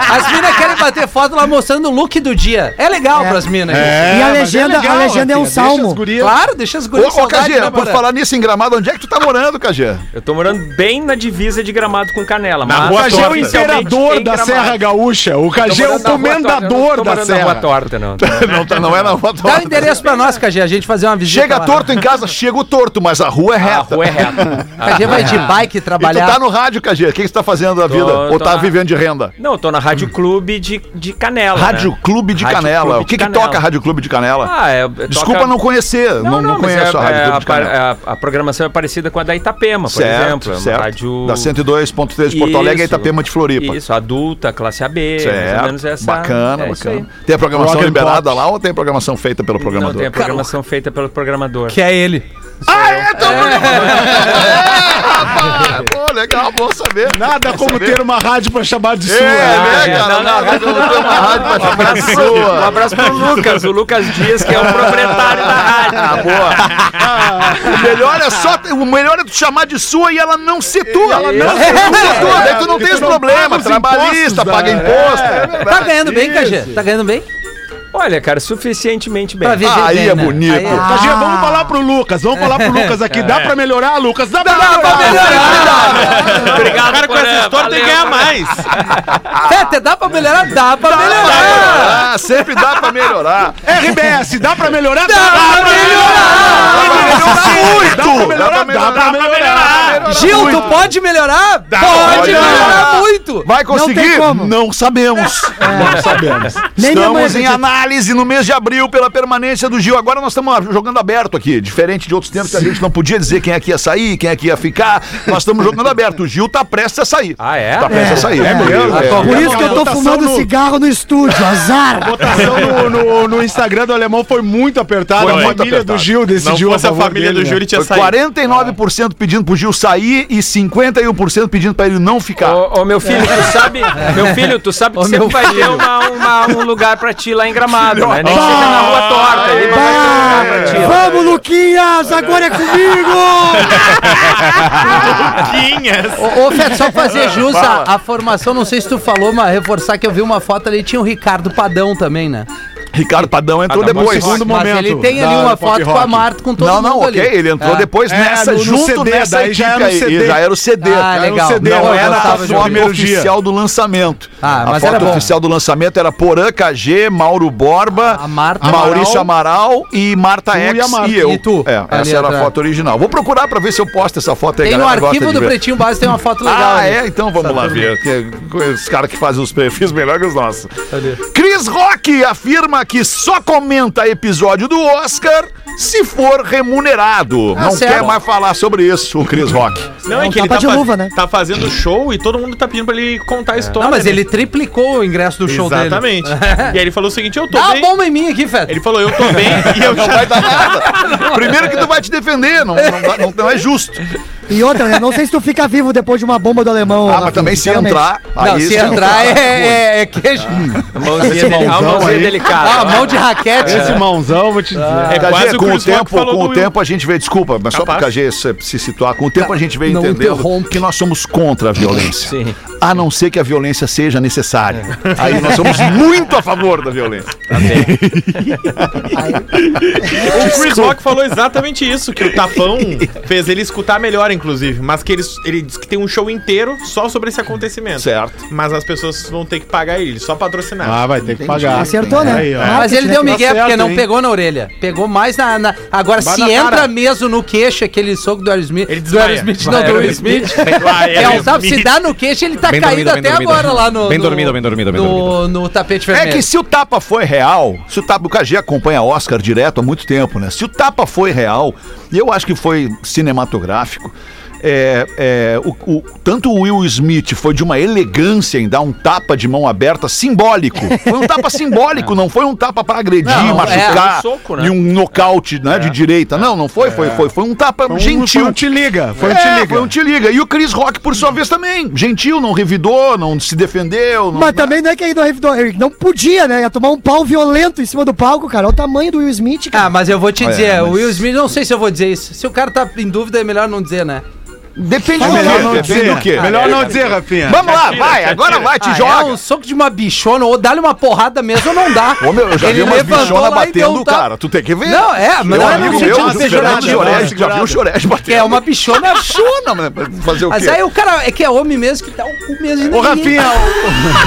[SPEAKER 4] As minas querem bater foto lá mostrando o look do dia. É legal pras minas.
[SPEAKER 3] É,
[SPEAKER 5] E a
[SPEAKER 3] mas
[SPEAKER 5] legenda- a legenda é um
[SPEAKER 3] Rafinha,
[SPEAKER 5] salmo.
[SPEAKER 3] deixa as gurias-
[SPEAKER 4] Claro, deixa as
[SPEAKER 2] Ô,
[SPEAKER 4] gurias
[SPEAKER 2] ô
[SPEAKER 4] saudade,
[SPEAKER 2] KG,
[SPEAKER 4] né,
[SPEAKER 2] por
[SPEAKER 4] Porã?
[SPEAKER 2] falar nisso em Gramado, onde é que tu tá morando, KG?
[SPEAKER 6] Eu tô morando bem na divisa de Gramado com Canela.
[SPEAKER 8] Na
[SPEAKER 6] mas um
[SPEAKER 8] Rua
[SPEAKER 3] O Cajê é o
[SPEAKER 8] Torta.
[SPEAKER 3] imperador
[SPEAKER 6] em
[SPEAKER 3] da
[SPEAKER 6] Gramado.
[SPEAKER 3] Serra Gaúcha. O
[SPEAKER 6] Tô
[SPEAKER 4] um
[SPEAKER 3] Cajê é o
[SPEAKER 6] morando na Rua Torta, um eu
[SPEAKER 3] comendador
[SPEAKER 6] não
[SPEAKER 3] da
[SPEAKER 6] tô morando na Rua
[SPEAKER 3] Serra.
[SPEAKER 6] Torta, não.
[SPEAKER 2] [laughs] Não, tá- não é na Rua
[SPEAKER 4] Dá o
[SPEAKER 2] Torta.
[SPEAKER 4] endereço pra nós, KG, a gente fazer uma visita.
[SPEAKER 2] Chega
[SPEAKER 4] lá. né?
[SPEAKER 2] torto em casa, chega o torto, mas a rua é
[SPEAKER 6] A
[SPEAKER 2] reta.
[SPEAKER 6] rua é reta. A
[SPEAKER 4] KG vai de bike
[SPEAKER 2] E tu
[SPEAKER 4] trabalhar.
[SPEAKER 2] tá no rádio, KG. O que que você tá fazendo da vida? Ou
[SPEAKER 6] tô
[SPEAKER 2] tá
[SPEAKER 6] na-
[SPEAKER 2] vivendo de renda?
[SPEAKER 6] Não, eu tô na Rádio Clube de, de Canela.
[SPEAKER 2] Rádio
[SPEAKER 6] né?
[SPEAKER 2] Clube de
[SPEAKER 6] Rádio
[SPEAKER 2] Canela.
[SPEAKER 6] Clube
[SPEAKER 2] o que,
[SPEAKER 6] de
[SPEAKER 2] que
[SPEAKER 6] Canela.
[SPEAKER 2] toca Rádio Clube de Canela?
[SPEAKER 6] Ah, é, é,
[SPEAKER 2] Desculpa
[SPEAKER 6] toca-
[SPEAKER 2] não conhecer. Não, não,
[SPEAKER 6] mas
[SPEAKER 2] conheço
[SPEAKER 6] é-
[SPEAKER 2] a Rádio
[SPEAKER 6] é,
[SPEAKER 2] Clube de
[SPEAKER 6] a, par-
[SPEAKER 2] Canela.
[SPEAKER 6] a- a programação é parecida com a da Itapema, por
[SPEAKER 2] certo,
[SPEAKER 6] exemplo. É uma
[SPEAKER 2] certo.
[SPEAKER 6] rádio.
[SPEAKER 2] Da 102.3 de Porto Alegre, a
[SPEAKER 6] Isso.
[SPEAKER 2] Itapema de Floripa.
[SPEAKER 6] Isso, adulta, classe AB, mais ou
[SPEAKER 2] Certo.
[SPEAKER 6] menos essa.
[SPEAKER 2] bacana,
[SPEAKER 6] é isso aí.
[SPEAKER 2] bacana. Tem a programação
[SPEAKER 3] Rock and
[SPEAKER 2] liberada
[SPEAKER 3] pop.
[SPEAKER 2] lá ou tem a programação feita pelo
[SPEAKER 6] Não, tem
[SPEAKER 2] programador?
[SPEAKER 6] a programação feita pelo programador.
[SPEAKER 4] Que é ele.
[SPEAKER 2] Ah, é, então. É, pô, legal, bom saber.
[SPEAKER 3] Nada Tá como ter uma rádio pra chamar de sua.
[SPEAKER 2] É, né,
[SPEAKER 6] é.
[SPEAKER 2] cara?
[SPEAKER 6] Não, não,
[SPEAKER 2] Nada como ter uma rádio pra chamar de sua.
[SPEAKER 6] Um abraço pro Lucas, o Lucas Dias, que é o proprietário da rádio.
[SPEAKER 2] Ah, boa. O melhor é só. O melhor é tu chamar de sua e ela não ser tua. Ela não ser tua. Daí tu não tem esse
[SPEAKER 3] não
[SPEAKER 2] problema.
[SPEAKER 3] paga os
[SPEAKER 2] Trabalhista,
[SPEAKER 3] impostos,
[SPEAKER 2] paga
[SPEAKER 3] né?
[SPEAKER 2] imposto.
[SPEAKER 4] Tá ganhando bem, KG? Tá ganhando bem?
[SPEAKER 6] Olha, cara, suficientemente bem.
[SPEAKER 4] Pra viver
[SPEAKER 2] Aí
[SPEAKER 4] bem,
[SPEAKER 2] é
[SPEAKER 4] né?
[SPEAKER 2] bonito. É.
[SPEAKER 4] Aí é-
[SPEAKER 5] Ah.
[SPEAKER 3] Cajinha, vamos falar pro Lucas, vamos falar pro Lucas aqui. Dá pra melhorar, Lucas? Dá pra melhorar!
[SPEAKER 2] Ah,
[SPEAKER 8] Obrigado, o cara com essa história tem que ganhar mais.
[SPEAKER 4] Tete, dá pra melhorar? Dá pra melhorar!
[SPEAKER 2] Ah, sempre dá pra melhorar.
[SPEAKER 3] RBS, dá pra melhorar? Dá,
[SPEAKER 4] pra
[SPEAKER 2] melhorar!
[SPEAKER 3] Dá pra
[SPEAKER 2] Muito!
[SPEAKER 3] melhorar, dá pra melhorar!
[SPEAKER 4] Gil, tu pode melhorar? pode,
[SPEAKER 2] pode
[SPEAKER 4] melhorar
[SPEAKER 2] melhorar.
[SPEAKER 4] muito!
[SPEAKER 2] Vai conseguir?
[SPEAKER 5] tem como.
[SPEAKER 4] [laughs]
[SPEAKER 2] sabemos.
[SPEAKER 4] É.
[SPEAKER 2] Não sabemos.
[SPEAKER 5] Nem minha mãe
[SPEAKER 2] Estamos em
[SPEAKER 5] acredita.
[SPEAKER 2] análise no mês de abril pela permanência do Gil. Agora nós estamos jogando aberto aqui. Diferente de outros tempos que a gente não podia dizer quem é que ia sair, quem é que ia ficar. Nós estamos jogando aberto. O Gil tá prestes a sair.
[SPEAKER 6] Ah, é?
[SPEAKER 2] Tá prestes a sair. É
[SPEAKER 3] mesmo?
[SPEAKER 5] Por isso que eu tô
[SPEAKER 3] Votação
[SPEAKER 5] fumando
[SPEAKER 3] no-
[SPEAKER 5] cigarro no estúdio,
[SPEAKER 3] [laughs]
[SPEAKER 5] azar.
[SPEAKER 3] votação no, no- no Instagram do alemão foi muito apertada.
[SPEAKER 2] Foi
[SPEAKER 3] a
[SPEAKER 2] muito
[SPEAKER 3] família
[SPEAKER 2] apertada.
[SPEAKER 3] do Gil
[SPEAKER 8] é Não
[SPEAKER 3] decidiu
[SPEAKER 8] fosse a
[SPEAKER 3] favor
[SPEAKER 8] família
[SPEAKER 3] dele,
[SPEAKER 8] do
[SPEAKER 3] né?
[SPEAKER 8] Júlio tinha
[SPEAKER 2] Foi
[SPEAKER 8] saído.
[SPEAKER 2] 49% pedindo pro Gil sair e 51% pedindo pra ele não ficar.
[SPEAKER 6] Ô, ô, meu filho, tu sabe, meu filho, tu sabe que sempre vai ter uma- uma- um lugar pra ti lá em Gramado, né? Nem chega na rua torta, ele não vai ter um lugar pra ti. lá.
[SPEAKER 5] Vamos, Luquinhas, agora
[SPEAKER 3] [laughs]
[SPEAKER 5] é comigo!
[SPEAKER 4] Ô, ô Fete,
[SPEAKER 2] [laughs]
[SPEAKER 4] só fazer jus à, à formação, não sei se tu falou, mas reforçar que eu vi uma foto ali, tinha o Ricardo Padão também, né?
[SPEAKER 2] Ricardo Padão entrou
[SPEAKER 6] Padão,
[SPEAKER 2] depois.
[SPEAKER 3] Ah, tá, segundo
[SPEAKER 4] mas
[SPEAKER 3] momento
[SPEAKER 4] ele tem ali
[SPEAKER 3] da-
[SPEAKER 4] uma
[SPEAKER 3] do pop
[SPEAKER 4] foto com
[SPEAKER 3] rock.
[SPEAKER 4] a Marta, com todo
[SPEAKER 2] Não,
[SPEAKER 4] mundo
[SPEAKER 2] não,
[SPEAKER 4] ali.
[SPEAKER 2] ok, ele entrou
[SPEAKER 4] É.
[SPEAKER 2] depois
[SPEAKER 3] É,
[SPEAKER 2] nessa,
[SPEAKER 3] no- no
[SPEAKER 2] junto
[SPEAKER 3] CD,
[SPEAKER 2] nessa
[SPEAKER 3] daí
[SPEAKER 2] equipe
[SPEAKER 3] já era
[SPEAKER 2] aí.
[SPEAKER 3] no CD.
[SPEAKER 2] Já era o CD.
[SPEAKER 4] Ah,
[SPEAKER 2] Era o
[SPEAKER 4] legal.
[SPEAKER 2] CD, não
[SPEAKER 4] Não,
[SPEAKER 2] era a
[SPEAKER 4] gostava de
[SPEAKER 2] foto
[SPEAKER 3] primeiro dia.
[SPEAKER 2] oficial do lançamento.
[SPEAKER 4] Ah, mas
[SPEAKER 2] a foto
[SPEAKER 4] era bom.
[SPEAKER 2] oficial do lançamento era Porã KG, Mauro Borba,
[SPEAKER 4] A Marta-
[SPEAKER 2] Maurício Amaral e Marta X
[SPEAKER 3] e a Marta.
[SPEAKER 2] e eu.
[SPEAKER 4] E tu?
[SPEAKER 2] É,
[SPEAKER 4] Ali
[SPEAKER 2] essa era a
[SPEAKER 4] atrás.
[SPEAKER 2] foto original. Vou procurar pra ver se eu posto essa foto aí.
[SPEAKER 4] Tem no
[SPEAKER 2] galera, gosta
[SPEAKER 4] arquivo
[SPEAKER 2] de
[SPEAKER 4] do
[SPEAKER 2] ver.
[SPEAKER 4] Pretinho Base, tem uma foto legal.
[SPEAKER 2] Ah,
[SPEAKER 4] ali.
[SPEAKER 2] é? Então vamos lá ver. que- é Os caras que fazem os perfis melhor que os nossos. Chris Rock afirma que só comenta episódio do Oscar se for remunerado. Não
[SPEAKER 4] Ah, certo.
[SPEAKER 2] quer mais falar sobre isso, o Chris
[SPEAKER 4] [laughs]
[SPEAKER 2] Rock.
[SPEAKER 8] Não,
[SPEAKER 5] É
[SPEAKER 8] é
[SPEAKER 5] um
[SPEAKER 8] que ele
[SPEAKER 5] tapa
[SPEAKER 8] tá,
[SPEAKER 5] de
[SPEAKER 8] faz-
[SPEAKER 5] luva, né?
[SPEAKER 8] tá fazendo show e todo mundo tá pedindo pra ele contar a história.
[SPEAKER 4] Não, Ah, mas
[SPEAKER 8] né?
[SPEAKER 4] ele triplicou o ingresso do show dele.
[SPEAKER 8] Exatamente. E aí ele falou o seguinte, eu tô
[SPEAKER 4] Dá uma
[SPEAKER 8] bem.
[SPEAKER 4] bomba em mim aqui, Fete.
[SPEAKER 8] Ele falou, eu tô bem e eu já...
[SPEAKER 2] Vai dar nada. Primeiro que tu vai te defender, não, não, vai- não- não é justo.
[SPEAKER 5] E outra, né? Não sei se tu fica vivo depois de uma bomba do alemão.
[SPEAKER 2] Ah,
[SPEAKER 5] Rafinha,
[SPEAKER 2] mas também se
[SPEAKER 5] sinceramente.
[SPEAKER 2] entrar.
[SPEAKER 4] Não,
[SPEAKER 2] aí um
[SPEAKER 4] se
[SPEAKER 2] se
[SPEAKER 4] entrar é, é, é queijo.
[SPEAKER 6] Mãozinha, dele- a mãozinha delicada.
[SPEAKER 4] Ah, mão de raquete.
[SPEAKER 3] Esse mãozão, É. vou te dizer.
[SPEAKER 2] Cagê,
[SPEAKER 8] É quase o
[SPEAKER 2] com o
[SPEAKER 8] Chris Rock
[SPEAKER 2] tempo,
[SPEAKER 8] falou
[SPEAKER 2] com
[SPEAKER 8] do-
[SPEAKER 2] o tempo a gente vê, desculpa, mas só para
[SPEAKER 8] Capaz.
[SPEAKER 2] Cagê se, se situar, com o tempo a gente vê
[SPEAKER 4] Não
[SPEAKER 2] entendendo
[SPEAKER 4] interrompe.
[SPEAKER 2] que nós somos contra a violência. A não ser que a violência seja necessária. Aí nós somos muito a favor da violência.
[SPEAKER 8] O Chris Rock falou exatamente isso, que o [laughs] tapão fez ele escutar melhor, inclusive. Mas que ele, ele disse que tem um show inteiro só sobre esse acontecimento.
[SPEAKER 2] Certo.
[SPEAKER 8] Mas as pessoas vão ter que pagar ele, só patrocinar.
[SPEAKER 3] Ah, vai ter que pagar.
[SPEAKER 5] Acertou, né?
[SPEAKER 3] Aí, ó.
[SPEAKER 5] Ah,
[SPEAKER 4] Mas ele
[SPEAKER 5] né?
[SPEAKER 4] deu migué
[SPEAKER 3] certo,
[SPEAKER 4] porque não
[SPEAKER 3] hein?
[SPEAKER 4] pegou na orelha. Pegou mais na. na- Agora,
[SPEAKER 3] Vai
[SPEAKER 4] se
[SPEAKER 3] na cara.
[SPEAKER 4] entra mesmo no queixo aquele soco do Aerosmith.
[SPEAKER 8] Ele
[SPEAKER 4] do
[SPEAKER 8] desmaia.
[SPEAKER 4] Aerosmith, não, do Will Smith.
[SPEAKER 8] Vai,
[SPEAKER 4] É, o sabe, se dá no queixo, ele tá
[SPEAKER 7] Bem
[SPEAKER 4] caído
[SPEAKER 7] dormido, bem
[SPEAKER 4] até
[SPEAKER 7] dormido.
[SPEAKER 4] agora lá no.
[SPEAKER 7] Bem
[SPEAKER 4] no-
[SPEAKER 7] dormido, bem dormido, bem
[SPEAKER 4] no,
[SPEAKER 7] dormido.
[SPEAKER 4] No tapete
[SPEAKER 2] É
[SPEAKER 4] vermelho.
[SPEAKER 2] que se o tapa foi real, se o tapa, o Cagê acompanha Oscar direto há muito tempo, né? Se o tapa foi real, e eu acho que foi cinematográfico, é, é, o, o- tanto o Will Smith foi de uma elegância em dar um tapa de mão aberta simbólico. Foi um tapa simbólico, não foi um tapa pra agredir,
[SPEAKER 4] Não,
[SPEAKER 2] machucar
[SPEAKER 6] é, um soco, né?
[SPEAKER 2] e um nocaute né, de direita. Não, não foi, foi, foi, foi um tapa
[SPEAKER 3] É. Foi um-
[SPEAKER 2] gentil.
[SPEAKER 3] Foi um te liga. Foi um te
[SPEAKER 2] É,
[SPEAKER 3] liga.
[SPEAKER 2] foi um te liga. E o Chris Rock, por sua vez, também. Gentil, não revidou, não se defendeu. Não,
[SPEAKER 5] Mas também não é que ele não revidou, ele não podia, né? Ia tomar um pau violento em cima do palco, cara. Olha o tamanho do Will Smith, cara.
[SPEAKER 4] Ah, mas eu vou te dizer,
[SPEAKER 2] mas-
[SPEAKER 4] o Will Smith, não sei se eu vou dizer isso. Se o cara tá em dúvida, é melhor não dizer, né?
[SPEAKER 2] Depende
[SPEAKER 3] É
[SPEAKER 2] do
[SPEAKER 3] melhor
[SPEAKER 2] quê?
[SPEAKER 3] não
[SPEAKER 2] Depende
[SPEAKER 3] dizer.
[SPEAKER 2] do quê?
[SPEAKER 3] Melhor não dizer, Rafinha.
[SPEAKER 2] Vamos lá, vai, agora vai, te
[SPEAKER 4] Ah,
[SPEAKER 2] joga.
[SPEAKER 4] É um soco de uma bichona, ou dá-lhe uma porrada mesmo ou não dá.
[SPEAKER 2] Ô, meu, eu já vi umas
[SPEAKER 4] levantou lá
[SPEAKER 2] bichona
[SPEAKER 4] e deu
[SPEAKER 2] batendo
[SPEAKER 4] um
[SPEAKER 2] o
[SPEAKER 4] tapa.
[SPEAKER 2] cara. Tu tem que ver.
[SPEAKER 4] Não, é, mas
[SPEAKER 2] Meu
[SPEAKER 4] não é
[SPEAKER 2] amigo
[SPEAKER 4] no
[SPEAKER 2] meu,
[SPEAKER 4] sentido
[SPEAKER 2] o Fernando
[SPEAKER 4] pejorativo. né?
[SPEAKER 2] Jorge, já viu o Jorege batendo.
[SPEAKER 4] Que é
[SPEAKER 2] [laughs]
[SPEAKER 4] uma bichona
[SPEAKER 2] bichona, mano. Fazer o quê?
[SPEAKER 4] Mas aí o cara é que é homem mesmo que dá o cu mesmo. em
[SPEAKER 3] Ô,
[SPEAKER 4] ninguém.
[SPEAKER 3] Rafinha,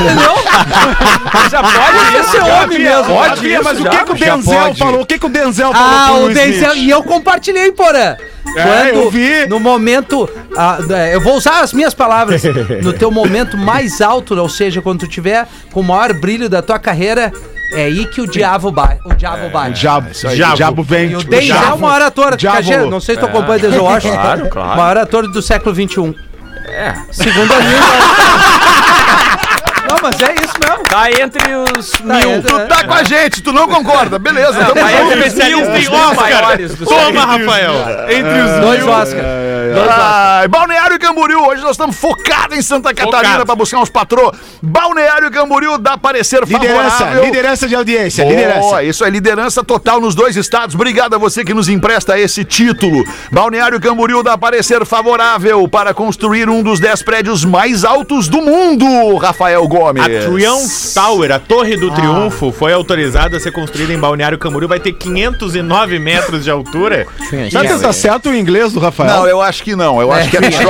[SPEAKER 4] Entendeu?
[SPEAKER 6] Já pode
[SPEAKER 4] Isso é homem mesmo.
[SPEAKER 3] pode
[SPEAKER 6] isso
[SPEAKER 3] mas o
[SPEAKER 6] já,
[SPEAKER 3] que, que o
[SPEAKER 7] já
[SPEAKER 3] Denzel
[SPEAKER 7] pode.
[SPEAKER 3] falou? O que, que o Denzel
[SPEAKER 4] Ah,
[SPEAKER 3] falou? pro
[SPEAKER 4] o
[SPEAKER 3] Will Smith?
[SPEAKER 4] Denzel. E eu compartilhei, porã.
[SPEAKER 3] É, eu vi.
[SPEAKER 4] No momento. ah, é, eu vou usar as
[SPEAKER 3] [laughs]
[SPEAKER 4] minhas palavras. No teu momento mais alto, ou seja, quando tu tiver com o maior brilho da tua carreira, é aí que o diabo bate. O diabo bate.
[SPEAKER 3] É, Diabo,
[SPEAKER 2] Diabo.
[SPEAKER 3] diabo, diabo vem.
[SPEAKER 4] E o
[SPEAKER 3] tipo,
[SPEAKER 4] Denzel é o
[SPEAKER 3] diabo.
[SPEAKER 4] maior ator.
[SPEAKER 3] Diabo. É.
[SPEAKER 4] Cajé, não sei se tu acompanha
[SPEAKER 3] [laughs]
[SPEAKER 4] o Denzel Washington.
[SPEAKER 6] Claro, claro.
[SPEAKER 4] Maior ator do século XXI.
[SPEAKER 6] É.
[SPEAKER 4] Segundo
[SPEAKER 3] [laughs]
[SPEAKER 4] a minha. Não, mas é isso mesmo.
[SPEAKER 6] Tá entre os
[SPEAKER 4] Tá
[SPEAKER 6] mil.
[SPEAKER 4] entre-
[SPEAKER 2] Tu tá com a gente, tu não concorda. Beleza, tamo
[SPEAKER 6] Tá
[SPEAKER 2] junto.
[SPEAKER 6] entre os mil
[SPEAKER 8] Os
[SPEAKER 6] tem
[SPEAKER 8] maiores
[SPEAKER 6] Oscar.
[SPEAKER 8] Toma, Rafael!
[SPEAKER 3] Entre os
[SPEAKER 4] Dois
[SPEAKER 3] mil.
[SPEAKER 4] Oscar.
[SPEAKER 2] É. Ai, Balneário Camboriú, hoje nós estamos focados em Santa Catarina para buscar uns patrô. Balneário Camboriú dá parecer
[SPEAKER 3] Liderança,
[SPEAKER 2] favorável.
[SPEAKER 3] liderança de audiência,
[SPEAKER 2] Boa,
[SPEAKER 3] liderança.
[SPEAKER 2] isso é liderança total nos dois estados. Obrigado a você que nos empresta esse título. Balneário Camboriú dá parecer favorável para construir um dos dez prédios mais altos do mundo, Rafael Gomes.
[SPEAKER 8] A Triumph Tower, a Torre do Triunfo, foi autorizada a ser construída em Balneário Camboriú. Vai ter 509 metros de altura.
[SPEAKER 3] Será que tá certo o inglês do Rafael?
[SPEAKER 2] Não, eu acho que não. Eu acho que é Triumph.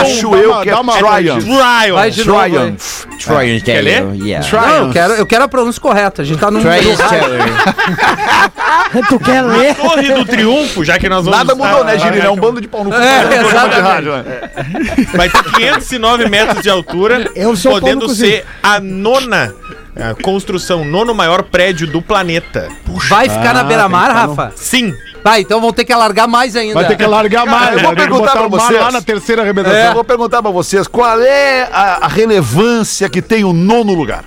[SPEAKER 2] Acho eu que é Triumph.
[SPEAKER 4] Vai de novo. aí.
[SPEAKER 2] Triumph.
[SPEAKER 10] Triumph.
[SPEAKER 8] Quer ler?
[SPEAKER 10] Yeah.
[SPEAKER 4] Não, eu quero, eu quero a pronúncia correta. A gente tá num.
[SPEAKER 10] Triumph.
[SPEAKER 5] É, Tu quer ler?
[SPEAKER 8] Torre do Triunfo, já que nós vamos...
[SPEAKER 2] Nada mudou, né, Gini? É um
[SPEAKER 8] Girinão?
[SPEAKER 2] bando de pau no cu.
[SPEAKER 4] É, exatamente.
[SPEAKER 8] Vai ter 509 metros de altura,
[SPEAKER 5] Eu sou o
[SPEAKER 8] podendo
[SPEAKER 5] Paulo
[SPEAKER 8] ser a nona a construção, nono maior prédio do planeta.
[SPEAKER 4] Vai ficar na beira-mar, Rafa?
[SPEAKER 8] Sim.
[SPEAKER 4] Vai, então vão ter que alargar mais ainda.
[SPEAKER 3] Vai ter que
[SPEAKER 2] É.
[SPEAKER 3] largar
[SPEAKER 2] Cara,
[SPEAKER 3] mais.
[SPEAKER 2] eu vou
[SPEAKER 3] né? Tem que
[SPEAKER 2] perguntar
[SPEAKER 3] botar
[SPEAKER 2] pra
[SPEAKER 3] o mar
[SPEAKER 2] vocês. É.
[SPEAKER 3] lá na terceira arrebentação.
[SPEAKER 2] Eu vou perguntar pra vocês qual é a, a relevância que tem o nono lugar.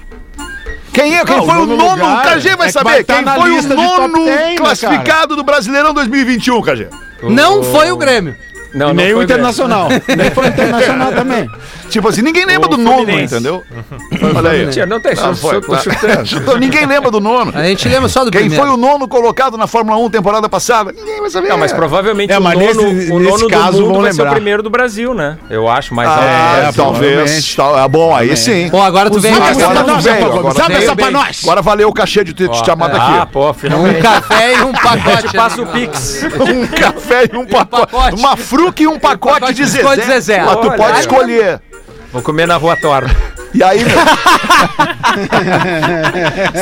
[SPEAKER 2] Quem é? Quem
[SPEAKER 3] Não,
[SPEAKER 2] foi o
[SPEAKER 3] o nono
[SPEAKER 2] nono?
[SPEAKER 3] lugar
[SPEAKER 2] o KG vai
[SPEAKER 3] é que
[SPEAKER 2] saber.
[SPEAKER 3] vai tá
[SPEAKER 2] quem
[SPEAKER 3] na
[SPEAKER 2] foi o
[SPEAKER 3] lista de top
[SPEAKER 2] nono
[SPEAKER 3] 10, né, cara?
[SPEAKER 2] classificado do Brasileirão 2021, KG?
[SPEAKER 4] Não foi o Grêmio.
[SPEAKER 6] Não, não
[SPEAKER 3] Meio
[SPEAKER 6] foi
[SPEAKER 3] internacional. Nem foi internacional também.
[SPEAKER 2] Tipo assim, ninguém lembra do nono,
[SPEAKER 6] Fluminense.
[SPEAKER 3] [laughs]
[SPEAKER 2] entendeu? Olha aí.
[SPEAKER 6] [laughs] Mentira, não tem,
[SPEAKER 2] Ah,
[SPEAKER 6] só-
[SPEAKER 2] foi,
[SPEAKER 6] só- tô
[SPEAKER 2] claro. [laughs]
[SPEAKER 6] chutando.
[SPEAKER 2] Chutou, ninguém lembra do nono.
[SPEAKER 3] É,
[SPEAKER 4] A gente lembra só do
[SPEAKER 2] Quem
[SPEAKER 4] primeiro.
[SPEAKER 2] foi o nono colocado na Fórmula 1 temporada passada? Ninguém vai saber.
[SPEAKER 6] Não, mas provavelmente
[SPEAKER 3] É, mas
[SPEAKER 6] o nono,
[SPEAKER 3] nesse-
[SPEAKER 6] o
[SPEAKER 3] nesse
[SPEAKER 6] nono
[SPEAKER 3] caso
[SPEAKER 6] do mundo
[SPEAKER 3] vão
[SPEAKER 6] vai ser o
[SPEAKER 3] lembrar.
[SPEAKER 6] primeiro do Brasil, né? Eu acho, mais alto.
[SPEAKER 2] Ah,
[SPEAKER 3] É,
[SPEAKER 2] talvez.
[SPEAKER 3] provavelmente.
[SPEAKER 2] Tal, ah, bom, aí sim.
[SPEAKER 4] Pô, agora tu vem.
[SPEAKER 3] últimos
[SPEAKER 4] Agora
[SPEAKER 3] pra
[SPEAKER 2] Agora
[SPEAKER 4] tu
[SPEAKER 2] não
[SPEAKER 3] nós,
[SPEAKER 4] vem.
[SPEAKER 2] veio,
[SPEAKER 3] Rafa Gomes.
[SPEAKER 2] agora
[SPEAKER 3] Sabe
[SPEAKER 2] veio
[SPEAKER 3] essa pra
[SPEAKER 2] bem.
[SPEAKER 3] nós?
[SPEAKER 2] Agora valeu o cachê de ter te chamado aqui.
[SPEAKER 6] Ah, pô, finalmente.
[SPEAKER 4] [laughs] Um café e um pacote.
[SPEAKER 6] Te passa o Pix.
[SPEAKER 2] [laughs] um café e um pacote.
[SPEAKER 4] pacote.
[SPEAKER 2] Uma fruca e um pacote,
[SPEAKER 4] pacote
[SPEAKER 2] de
[SPEAKER 4] de
[SPEAKER 2] Zezé.
[SPEAKER 4] biscoito Zezé.
[SPEAKER 2] Mas tu
[SPEAKER 6] Olha,
[SPEAKER 2] pode
[SPEAKER 6] aí-
[SPEAKER 2] escolher.
[SPEAKER 6] Vou comer na rua torta.
[SPEAKER 2] E aí, meu,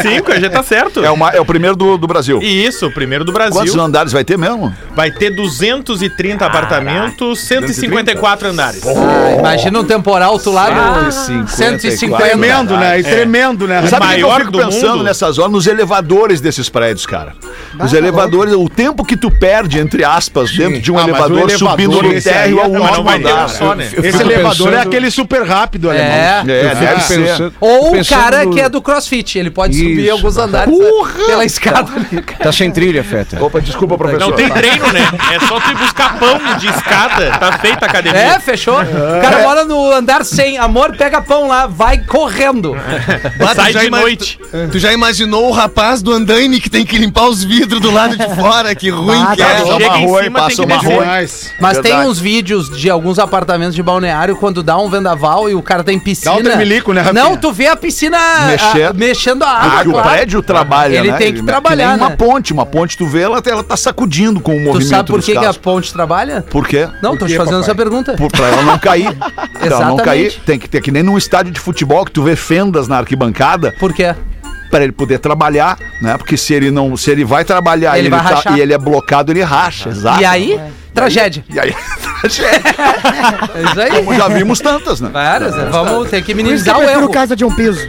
[SPEAKER 8] Cinco, já tá certo.
[SPEAKER 2] é, uma- é o primeiro do, do Brasil.
[SPEAKER 8] E isso, o primeiro do Brasil.
[SPEAKER 2] Quantos andares vai ter mesmo?
[SPEAKER 8] Vai ter 230 apartamentos, 154 andares.
[SPEAKER 4] Ah, imagina um temporal tu lá no 150.
[SPEAKER 3] Tremendo, né? E tremendo, né?
[SPEAKER 2] Sabe o que eu
[SPEAKER 8] maior
[SPEAKER 2] fico
[SPEAKER 8] do
[SPEAKER 2] pensando
[SPEAKER 8] mundo?
[SPEAKER 2] nessas horas? Nos elevadores desses prédios, cara. Os elevadores, o tempo que tu perde, entre aspas, dentro de um
[SPEAKER 3] Ah, mas o
[SPEAKER 2] elevador,
[SPEAKER 3] elevador,
[SPEAKER 2] subindo do
[SPEAKER 3] esse aí
[SPEAKER 2] térreo
[SPEAKER 3] é-
[SPEAKER 2] ao
[SPEAKER 8] Não, mas não
[SPEAKER 2] último
[SPEAKER 8] vai ter um
[SPEAKER 2] andar.
[SPEAKER 8] só, né?
[SPEAKER 3] Esse
[SPEAKER 7] fico
[SPEAKER 3] elevador é
[SPEAKER 7] pensando-
[SPEAKER 3] aquele super rápido, alemão.
[SPEAKER 4] É.
[SPEAKER 2] É, deve ser.
[SPEAKER 4] Ou o
[SPEAKER 7] Pensando
[SPEAKER 4] cara
[SPEAKER 7] no-
[SPEAKER 4] que é do crossfit, ele pode subir
[SPEAKER 7] Isso.
[SPEAKER 4] alguns andares né, pela escada. ali.
[SPEAKER 7] Tá sem trilha, Feta.
[SPEAKER 2] Opa, desculpa, professor.
[SPEAKER 8] Não tem treino, né? É só tu ir buscar pão de escada. Tá feita a academia.
[SPEAKER 4] É, fechou. O cara mora no andar 100. Amor, pega pão lá, vai correndo.
[SPEAKER 9] Bah, tu
[SPEAKER 8] Sai
[SPEAKER 9] já
[SPEAKER 8] de
[SPEAKER 9] ima-
[SPEAKER 8] noite.
[SPEAKER 9] Tu já imaginou o rapaz do andaime que tem que limpar os vidros do lado de fora? Que ruim que é.
[SPEAKER 2] Passa uma
[SPEAKER 8] Chega em
[SPEAKER 2] rua e
[SPEAKER 8] cima,
[SPEAKER 2] passa
[SPEAKER 8] tem que
[SPEAKER 2] uma
[SPEAKER 8] descer.
[SPEAKER 2] rua.
[SPEAKER 3] Demais.
[SPEAKER 4] Mas tem
[SPEAKER 2] Verdade.
[SPEAKER 4] uns vídeos de alguns apartamentos de balneário quando dá um vendaval e o cara tem piscina.
[SPEAKER 3] Dá um tremelico, né, Rafinha?
[SPEAKER 4] Não, tu vê a piscina
[SPEAKER 2] Mexendo.
[SPEAKER 4] a- mexendo a
[SPEAKER 2] Porque
[SPEAKER 4] água.
[SPEAKER 2] o
[SPEAKER 4] Ah, claro.
[SPEAKER 2] prédio trabalha,
[SPEAKER 4] Ele
[SPEAKER 2] né?
[SPEAKER 4] tem que
[SPEAKER 2] nem
[SPEAKER 4] trabalhar,
[SPEAKER 2] uma
[SPEAKER 4] né?
[SPEAKER 2] ponte, uma ponte tu vê, ela, ela tá sacudindo com o
[SPEAKER 4] Tu
[SPEAKER 2] movimento
[SPEAKER 4] sabe por
[SPEAKER 2] dos
[SPEAKER 4] que, que a
[SPEAKER 2] carros.
[SPEAKER 4] ponte trabalha?
[SPEAKER 2] Por quê?
[SPEAKER 4] Não, tô te fazendo essa pergunta.
[SPEAKER 2] Por, pra ela não cair.
[SPEAKER 4] [laughs]
[SPEAKER 2] pra ela não
[SPEAKER 4] Exatamente.
[SPEAKER 2] cair, tem que ter que nem num estádio de futebol que tu vê fendas na arquibancada
[SPEAKER 4] Por quê?
[SPEAKER 2] para ele poder trabalhar, né? Porque se ele não, se ele vai trabalhar
[SPEAKER 4] Ele
[SPEAKER 2] e,
[SPEAKER 4] vai
[SPEAKER 2] ele tá-
[SPEAKER 4] rachar. Ah.
[SPEAKER 2] e ele é blocado, ele racha, exato.
[SPEAKER 4] E aí? Tragédia.
[SPEAKER 2] E aí, [laughs] tragédia,
[SPEAKER 4] É isso aí.
[SPEAKER 2] como já vimos tantas, né?
[SPEAKER 4] Várias, né? vamos ter
[SPEAKER 5] Por
[SPEAKER 4] que
[SPEAKER 5] isso que
[SPEAKER 4] minimizar
[SPEAKER 5] eu
[SPEAKER 4] o
[SPEAKER 5] prefiro
[SPEAKER 4] erro.
[SPEAKER 5] casa de um piso.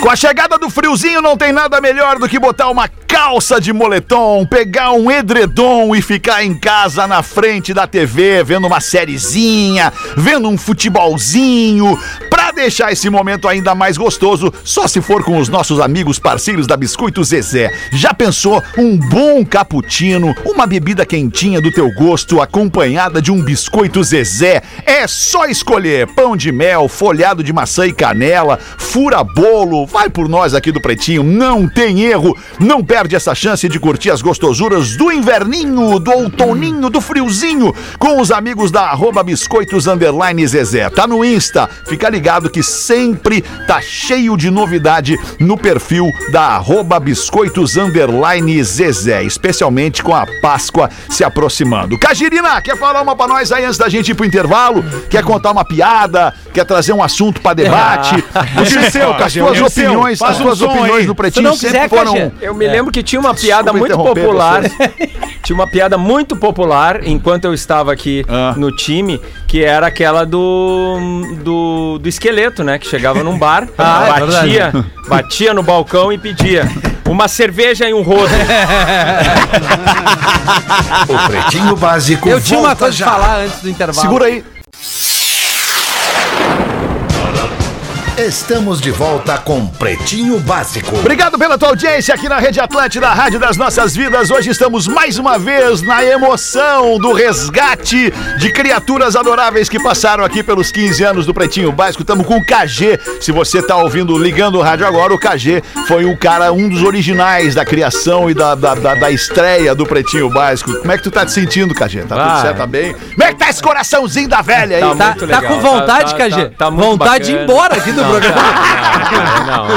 [SPEAKER 2] Com a chegada do friozinho, não tem nada melhor do que botar uma calça de moletom, pegar um edredom e ficar em casa na frente da TV, vendo uma sériezinha, vendo um futebolzinho. Pra deixar esse momento ainda mais gostoso, só se for com os nossos amigos parceiros da Biscoito Zezé. Já pensou um bom cappuccino, uma bebida quentinha do teu gosto, acompanhada de um biscoito Zezé? É só escolher pão de mel, folhado de maçã e canela, fura bolo, vai por nós aqui do Pretinho, não tem erro. Não perde essa chance de curtir as gostosuras do inverninho, do outoninho, do friozinho, com os amigos da arroba biscoitos underline Zezé. Tá no Insta, fica ligado que sempre tá cheio de novidade no perfil da arroba biscoitos underline Zezé, especialmente com a Páscoa se aproximando. Cajirina, quer falar uma pra nós aí antes da gente ir pro intervalo? Quer contar uma piada? Quer trazer um assunto pra debate? Você, seu, as tuas
[SPEAKER 3] Seu,
[SPEAKER 2] opiniões,
[SPEAKER 3] faz
[SPEAKER 2] as
[SPEAKER 3] um
[SPEAKER 2] tuas
[SPEAKER 3] som
[SPEAKER 2] opiniões
[SPEAKER 3] aí.
[SPEAKER 2] no
[SPEAKER 4] Se
[SPEAKER 2] pretinho
[SPEAKER 4] não
[SPEAKER 2] sempre
[SPEAKER 4] quiser,
[SPEAKER 2] foram. [laughs]
[SPEAKER 4] KG.
[SPEAKER 6] Eu me lembro que tinha uma piada muito
[SPEAKER 2] interromper
[SPEAKER 6] popular. [laughs] tinha uma piada muito popular enquanto eu estava aqui
[SPEAKER 2] Ah.
[SPEAKER 6] no time, que era aquela do, do, do esqueleto, né? Que chegava num bar,
[SPEAKER 4] Ah, é
[SPEAKER 6] batia, batia no balcão e pedia uma cerveja e um rodo.
[SPEAKER 1] O Pretinho Básico
[SPEAKER 4] Eu tinha uma
[SPEAKER 1] volta
[SPEAKER 4] coisa
[SPEAKER 1] já.
[SPEAKER 4] de falar antes do intervalo.
[SPEAKER 2] Segura aí.
[SPEAKER 1] Estamos de volta com Pretinho Básico.
[SPEAKER 2] Obrigado pela tua audiência aqui na Rede Atlântida, a Rádio das Nossas Vidas. Hoje estamos mais uma vez na emoção do resgate de criaturas adoráveis que passaram aqui pelos 15 anos do Pretinho Básico. Estamos com o KG. Se você está ouvindo, ligando o rádio agora, o KG foi o cara, um dos originais da criação e da, da, da- da estreia do Pretinho Básico. Como é que tu tá te sentindo, KG? Tá
[SPEAKER 6] Ah,
[SPEAKER 2] tudo certo? Tá bem? Como é que tá esse coraçãozinho da velha aí?
[SPEAKER 6] Tá
[SPEAKER 4] Tá,
[SPEAKER 6] muito
[SPEAKER 4] tá
[SPEAKER 6] legal.
[SPEAKER 4] com vontade,
[SPEAKER 6] Tá- tá-
[SPEAKER 4] KG?
[SPEAKER 6] tá- tá muito
[SPEAKER 4] vontade de ir
[SPEAKER 6] bacana.
[SPEAKER 4] embora aqui
[SPEAKER 6] Não,
[SPEAKER 4] do programa.
[SPEAKER 6] cara, não, não,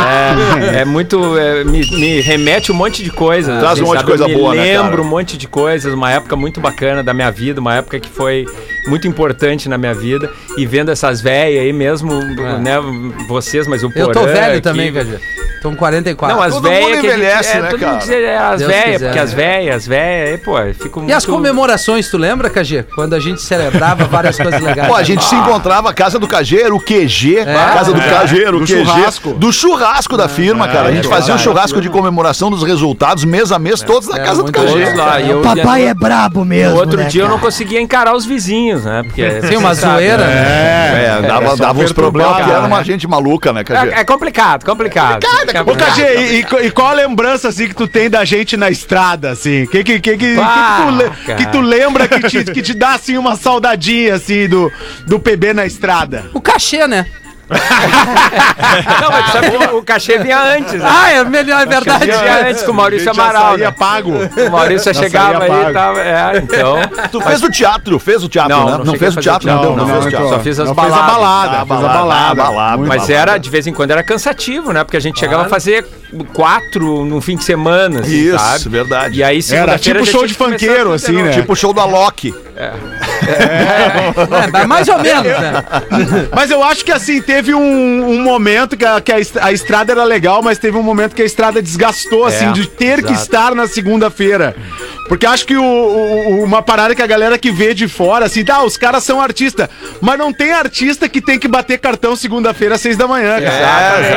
[SPEAKER 6] é, é muito. é, me, me remete um monte de coisa.
[SPEAKER 2] Traz um monte de coisa
[SPEAKER 6] eu me
[SPEAKER 2] boa, né, cara?
[SPEAKER 6] lembro um monte de coisas, uma época muito bacana da minha vida, uma época que foi muito importante na minha vida. E vendo essas velhas aí mesmo, né? Vocês, mas o Porã
[SPEAKER 4] É. Eu tô velho
[SPEAKER 6] aqui.
[SPEAKER 4] também, KG. Tô com 44.
[SPEAKER 6] é, Não, as
[SPEAKER 2] Todo mundo
[SPEAKER 6] velhas que a gente-
[SPEAKER 2] envelhece, né,
[SPEAKER 6] todo mundo
[SPEAKER 2] cara?
[SPEAKER 6] que é as
[SPEAKER 4] Deus
[SPEAKER 6] velhas,
[SPEAKER 4] quiser,
[SPEAKER 6] porque as
[SPEAKER 4] né?
[SPEAKER 6] velhas, as velhas, aí, pô, eu fico
[SPEAKER 4] E as
[SPEAKER 6] muito-
[SPEAKER 4] comemorações, tu lembra, KG? Quando a gente celebrava várias coisas legais.
[SPEAKER 2] Pô, a gente se encontrava a casa do Cageiro, o QG, a casa do Cageiro, o
[SPEAKER 3] É. Do
[SPEAKER 2] QG,
[SPEAKER 3] churrasco. É.
[SPEAKER 2] do churrasco da firma, cara. A gente fazia um churrasco de comemoração dos resultados mês a
[SPEAKER 3] É.
[SPEAKER 2] mês, todos na
[SPEAKER 4] Era
[SPEAKER 2] casa do
[SPEAKER 4] muito bom.
[SPEAKER 2] Cageiro.
[SPEAKER 6] Todos lá, e eu-
[SPEAKER 5] Papai
[SPEAKER 6] e-
[SPEAKER 5] é brabo
[SPEAKER 6] No
[SPEAKER 5] mesmo.
[SPEAKER 6] outro
[SPEAKER 5] né,
[SPEAKER 6] dia eu não
[SPEAKER 5] cara?
[SPEAKER 6] conseguia encarar os vizinhos, né? Porque
[SPEAKER 4] [laughs] Tem uma
[SPEAKER 6] você sabe,
[SPEAKER 4] zoeira,
[SPEAKER 6] né?
[SPEAKER 4] né?
[SPEAKER 2] É, dava,
[SPEAKER 6] só
[SPEAKER 2] dava uns
[SPEAKER 6] perturbar,
[SPEAKER 2] problemas que
[SPEAKER 6] cara.
[SPEAKER 2] era uma gente maluca, né, Cageiro?
[SPEAKER 6] É, é complicado, complicado.
[SPEAKER 3] Ô, KG, Tá, e, e co- e qual a lembrança assim, que tu tem da gente na estrada, assim? Que, que, que, que,
[SPEAKER 6] Ah,
[SPEAKER 3] que, tu, le-
[SPEAKER 6] cara.
[SPEAKER 3] que tu lembra que te, que te dá assim, uma saudadinha assim, do, do PB na estrada?
[SPEAKER 4] O cachê, né?
[SPEAKER 6] [laughs] Não, mas tu sabe que o cachê vinha antes, né?
[SPEAKER 4] Ah, é melhor, é verdade.
[SPEAKER 6] Vinha antes com o Maurício
[SPEAKER 3] Gente,
[SPEAKER 6] Amaral,
[SPEAKER 3] açaí é
[SPEAKER 6] né? [laughs]
[SPEAKER 3] pago.
[SPEAKER 6] O Maurício
[SPEAKER 3] Nossa,
[SPEAKER 6] chegava
[SPEAKER 3] aí é
[SPEAKER 6] aí
[SPEAKER 3] pago.
[SPEAKER 6] e tava... É, então...
[SPEAKER 2] Tu fez o teatro, fez o teatro, né? Não,
[SPEAKER 6] cheguei
[SPEAKER 2] fez
[SPEAKER 6] a
[SPEAKER 2] o
[SPEAKER 6] fazer
[SPEAKER 2] teatro, não, deu, não,
[SPEAKER 3] não,
[SPEAKER 2] fez o
[SPEAKER 3] entrou.
[SPEAKER 2] teatro.
[SPEAKER 6] Só fiz as
[SPEAKER 3] Não, fez a
[SPEAKER 6] baladas.
[SPEAKER 3] balada,
[SPEAKER 2] Ah,
[SPEAKER 3] fez a
[SPEAKER 2] balada,
[SPEAKER 3] balada.
[SPEAKER 2] balada,
[SPEAKER 3] Muito
[SPEAKER 6] Mas
[SPEAKER 2] balada.
[SPEAKER 6] era, de vez em quando, era cansativo, né? Porque a gente chegava a fazer quatro num fim de semana, assim,
[SPEAKER 2] Isso,
[SPEAKER 6] sabe?
[SPEAKER 2] verdade.
[SPEAKER 6] E aí,
[SPEAKER 3] Era
[SPEAKER 6] segunda-feira,
[SPEAKER 3] tipo
[SPEAKER 6] já
[SPEAKER 3] show
[SPEAKER 6] tinha
[SPEAKER 3] de
[SPEAKER 6] que começar
[SPEAKER 3] funkeiro,
[SPEAKER 6] tudo
[SPEAKER 3] assim,
[SPEAKER 6] novo.
[SPEAKER 3] né?
[SPEAKER 2] Tipo o show da Loki.
[SPEAKER 4] É, mas mais ou menos, né?
[SPEAKER 3] Mas eu acho que assim, teve um, um momento que, a, que a est- a estrada era legal, mas teve um momento que a estrada desgastou,
[SPEAKER 6] É,
[SPEAKER 3] assim, de ter que estar na segunda-feira. Porque acho que o- o- o- uma parada que a galera que vê de fora, assim, tá, os caras são artistas, mas não tem artista que tem que bater cartão segunda-feira às seis da manhã,
[SPEAKER 6] É,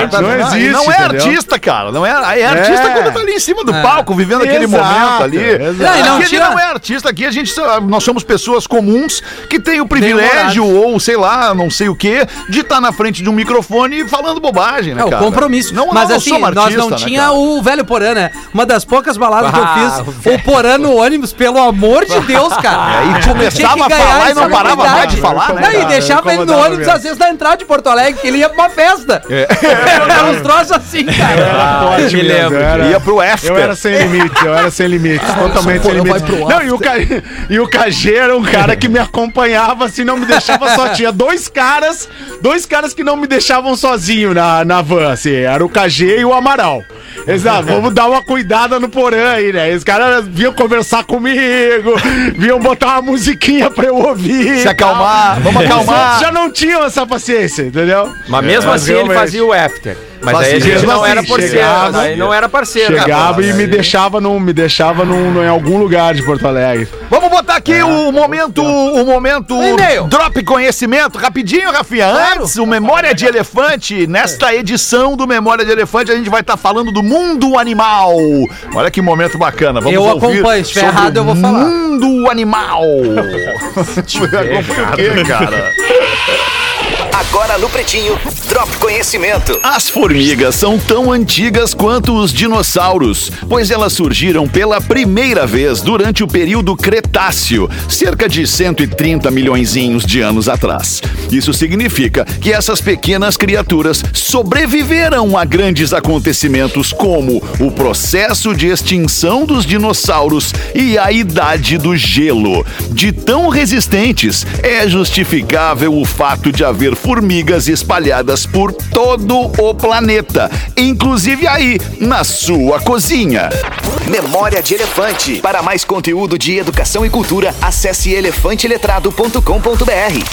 [SPEAKER 3] cara. Não existe.
[SPEAKER 2] Não é
[SPEAKER 3] entendeu?
[SPEAKER 2] artista, cara. Não é, é artista
[SPEAKER 3] É.
[SPEAKER 2] quando tá ali em cima do palco, vivendo aquele
[SPEAKER 3] Exato,
[SPEAKER 2] momento ali.
[SPEAKER 3] exato.
[SPEAKER 4] Não, e não
[SPEAKER 2] aqui
[SPEAKER 4] tira-
[SPEAKER 2] ele não é artista, aqui a gente, só- nós somos pessoas comuns que tem o privilégio, ou sei lá, não sei o quê, de estar na frente de um microfone falando bobagem, né,
[SPEAKER 4] É, o
[SPEAKER 2] cara?
[SPEAKER 4] compromisso.
[SPEAKER 2] Não,
[SPEAKER 4] Mas
[SPEAKER 2] não
[SPEAKER 4] assim,
[SPEAKER 2] somos
[SPEAKER 4] nós não
[SPEAKER 2] artista, né,
[SPEAKER 4] tinha
[SPEAKER 2] cara?
[SPEAKER 4] o velho Porã, né? Uma das poucas baladas
[SPEAKER 6] Ah,
[SPEAKER 4] que
[SPEAKER 6] o
[SPEAKER 4] eu fiz, o, Porã no ônibus, pelo amor de Deus,
[SPEAKER 2] [laughs]
[SPEAKER 4] cara.
[SPEAKER 2] É, e
[SPEAKER 4] Tinha
[SPEAKER 2] começava
[SPEAKER 4] que
[SPEAKER 2] a
[SPEAKER 4] ganhar
[SPEAKER 2] falar e não
[SPEAKER 4] essa
[SPEAKER 2] parava mais
[SPEAKER 4] habilidade.
[SPEAKER 2] de falar, né,
[SPEAKER 4] Não, e
[SPEAKER 2] cara?
[SPEAKER 4] deixava ele no
[SPEAKER 3] Incomodava
[SPEAKER 4] ônibus,
[SPEAKER 3] mesmo.
[SPEAKER 4] às vezes, na entrada de Porto Alegre, que ele ia pra uma festa.
[SPEAKER 2] É.
[SPEAKER 4] [laughs] Era uns troços assim, cara.
[SPEAKER 6] Ah,
[SPEAKER 3] Forte
[SPEAKER 6] me
[SPEAKER 3] mesmo,
[SPEAKER 6] lembro.
[SPEAKER 3] era-
[SPEAKER 2] Ia pro after.
[SPEAKER 3] Eu era sem limite, eu era sem limite,
[SPEAKER 2] Ah,
[SPEAKER 3] totalmente sem
[SPEAKER 4] porra vai
[SPEAKER 3] limite.
[SPEAKER 4] pro
[SPEAKER 3] Não, e o, Ca- e o KG era um cara que me acompanhava, assim, não me deixava
[SPEAKER 2] [laughs]
[SPEAKER 3] só. Tinha dois caras, dois caras que não me deixavam sozinho na, na van, assim. Era o KG e o Amaral. Exato, vamos dar uma cuidada no porã aí, né? Os caras vinham conversar comigo, vinham botar uma musiquinha pra eu ouvir.
[SPEAKER 2] Se acalmar, vamos
[SPEAKER 3] Calma.
[SPEAKER 2] acalmar.
[SPEAKER 3] Já não tinham essa paciência, entendeu?
[SPEAKER 6] Mas mesmo
[SPEAKER 3] Mas
[SPEAKER 6] assim
[SPEAKER 3] realmente.
[SPEAKER 6] ele fazia o after. Mas
[SPEAKER 2] Fazia.
[SPEAKER 6] aí a gente
[SPEAKER 2] Mesmo
[SPEAKER 6] não
[SPEAKER 3] assim,
[SPEAKER 6] era
[SPEAKER 3] chegava.
[SPEAKER 6] parceiro. Daí não era parceiro.
[SPEAKER 3] Chegava
[SPEAKER 6] né?
[SPEAKER 3] e me deixava, num, me deixava num, num- em algum lugar de Porto Alegre.
[SPEAKER 2] Vamos botar aqui o momento, o momento
[SPEAKER 4] Um E-mail.
[SPEAKER 2] Drop Conhecimento, rapidinho, Rafinha. Antes, o Memória de Elefante, nesta edição do Memória de Elefante, a gente vai estar falando do mundo animal. Olha que momento bacana. Vamos
[SPEAKER 4] Eu
[SPEAKER 2] ouvir
[SPEAKER 4] acompanho, se tiver
[SPEAKER 2] sobre
[SPEAKER 4] errado, eu vou
[SPEAKER 2] o
[SPEAKER 4] falar.
[SPEAKER 2] Mundo animal. Acompanha o quê, cara?
[SPEAKER 10] Agora no Pretinho, Drop Conhecimento.
[SPEAKER 1] As formigas são tão antigas quanto os dinossauros, pois elas surgiram pela primeira vez durante o período Cretáceo, cerca de 130 milhõezinhos de anos atrás. Isso significa que essas pequenas criaturas sobreviveram a grandes acontecimentos como o processo de extinção dos dinossauros e a idade do gelo. De tão resistentes, é justificável o fato de haver formigas espalhadas por todo o planeta, inclusive aí, na sua cozinha.
[SPEAKER 10] Memória de Elefante. Para mais conteúdo de educação e cultura, acesse elefanteletrado.com.br.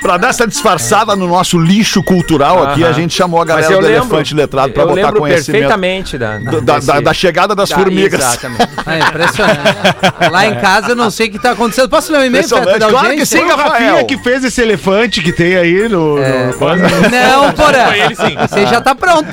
[SPEAKER 2] Pra dar essa disfarçada no nosso lixo cultural aqui, a
[SPEAKER 6] Aham.
[SPEAKER 2] gente chamou a
[SPEAKER 6] Mas
[SPEAKER 2] galera
[SPEAKER 6] eu
[SPEAKER 2] do
[SPEAKER 6] lembro-
[SPEAKER 2] Elefante Letrado pra
[SPEAKER 6] eu
[SPEAKER 2] botar
[SPEAKER 6] lembro
[SPEAKER 2] conhecimento.
[SPEAKER 6] perfeitamente da,
[SPEAKER 2] do- Da, da-
[SPEAKER 6] desse-
[SPEAKER 2] da chegada das
[SPEAKER 6] da-
[SPEAKER 2] formigas.
[SPEAKER 3] [laughs]
[SPEAKER 6] Exatamente.
[SPEAKER 4] É impressionante. Lá em casa eu não sei o que tá acontecendo. Posso ler um e-mail,
[SPEAKER 2] Impressionante.
[SPEAKER 4] Feta, da
[SPEAKER 2] Claro que
[SPEAKER 4] audiência?
[SPEAKER 2] sim,
[SPEAKER 3] Foi o Rafinha
[SPEAKER 2] Rafael. É.
[SPEAKER 3] que fez esse elefante que tem aí no. no-
[SPEAKER 4] Não, Porã.
[SPEAKER 6] ele, sim.
[SPEAKER 4] Você já tá pronto.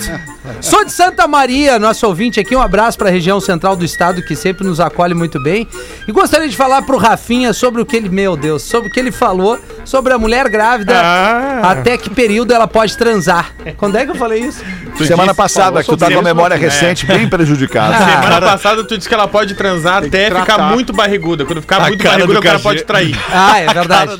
[SPEAKER 4] Sou de Santa Maria, nosso ouvinte aqui. Um abraço para a região central do estado que sempre nos acolhe muito bem. E gostaria de falar pro Rafinha sobre o que ele, meu Deus, sobre o que ele falou sobre a mulher grávida.
[SPEAKER 2] Ah.
[SPEAKER 4] Até que período ela pode transar? Quando é que eu falei isso?
[SPEAKER 2] Semana passada, que tu tá com a memória recente bem prejudicada.
[SPEAKER 8] [laughs]
[SPEAKER 3] Ah,
[SPEAKER 8] Semana passada tu disse que ela pode transar até ficar muito barriguda. Quando ficar muito
[SPEAKER 7] cara
[SPEAKER 8] barriguda,
[SPEAKER 7] do
[SPEAKER 8] o cara
[SPEAKER 7] KG.
[SPEAKER 8] pode trair.
[SPEAKER 4] Ah, é verdade.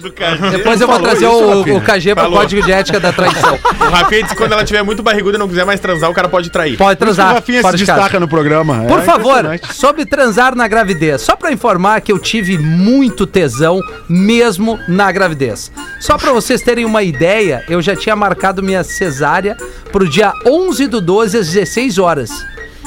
[SPEAKER 4] Depois eu vou
[SPEAKER 2] Falou
[SPEAKER 4] trazer
[SPEAKER 2] isso,
[SPEAKER 4] o,
[SPEAKER 2] Rafinha?
[SPEAKER 4] o KG para o
[SPEAKER 8] Falou.
[SPEAKER 4] código de ética da traição.
[SPEAKER 8] O Rafinha disse que quando ela tiver muito barriguda e não quiser mais transar, o cara pode trair.
[SPEAKER 4] Pode transar.
[SPEAKER 3] O Rafinha
[SPEAKER 4] fora
[SPEAKER 3] se
[SPEAKER 4] de casa.
[SPEAKER 3] destaca no programa.
[SPEAKER 4] Por
[SPEAKER 3] É
[SPEAKER 4] favor,
[SPEAKER 3] impressionante.
[SPEAKER 4] sobre transar na gravidez. Só pra informar que eu tive muito tesão mesmo na gravidez. Só pra vocês terem uma ideia, eu já tinha marcado minha cesárea pro dia 11 do 12 às 16 horas.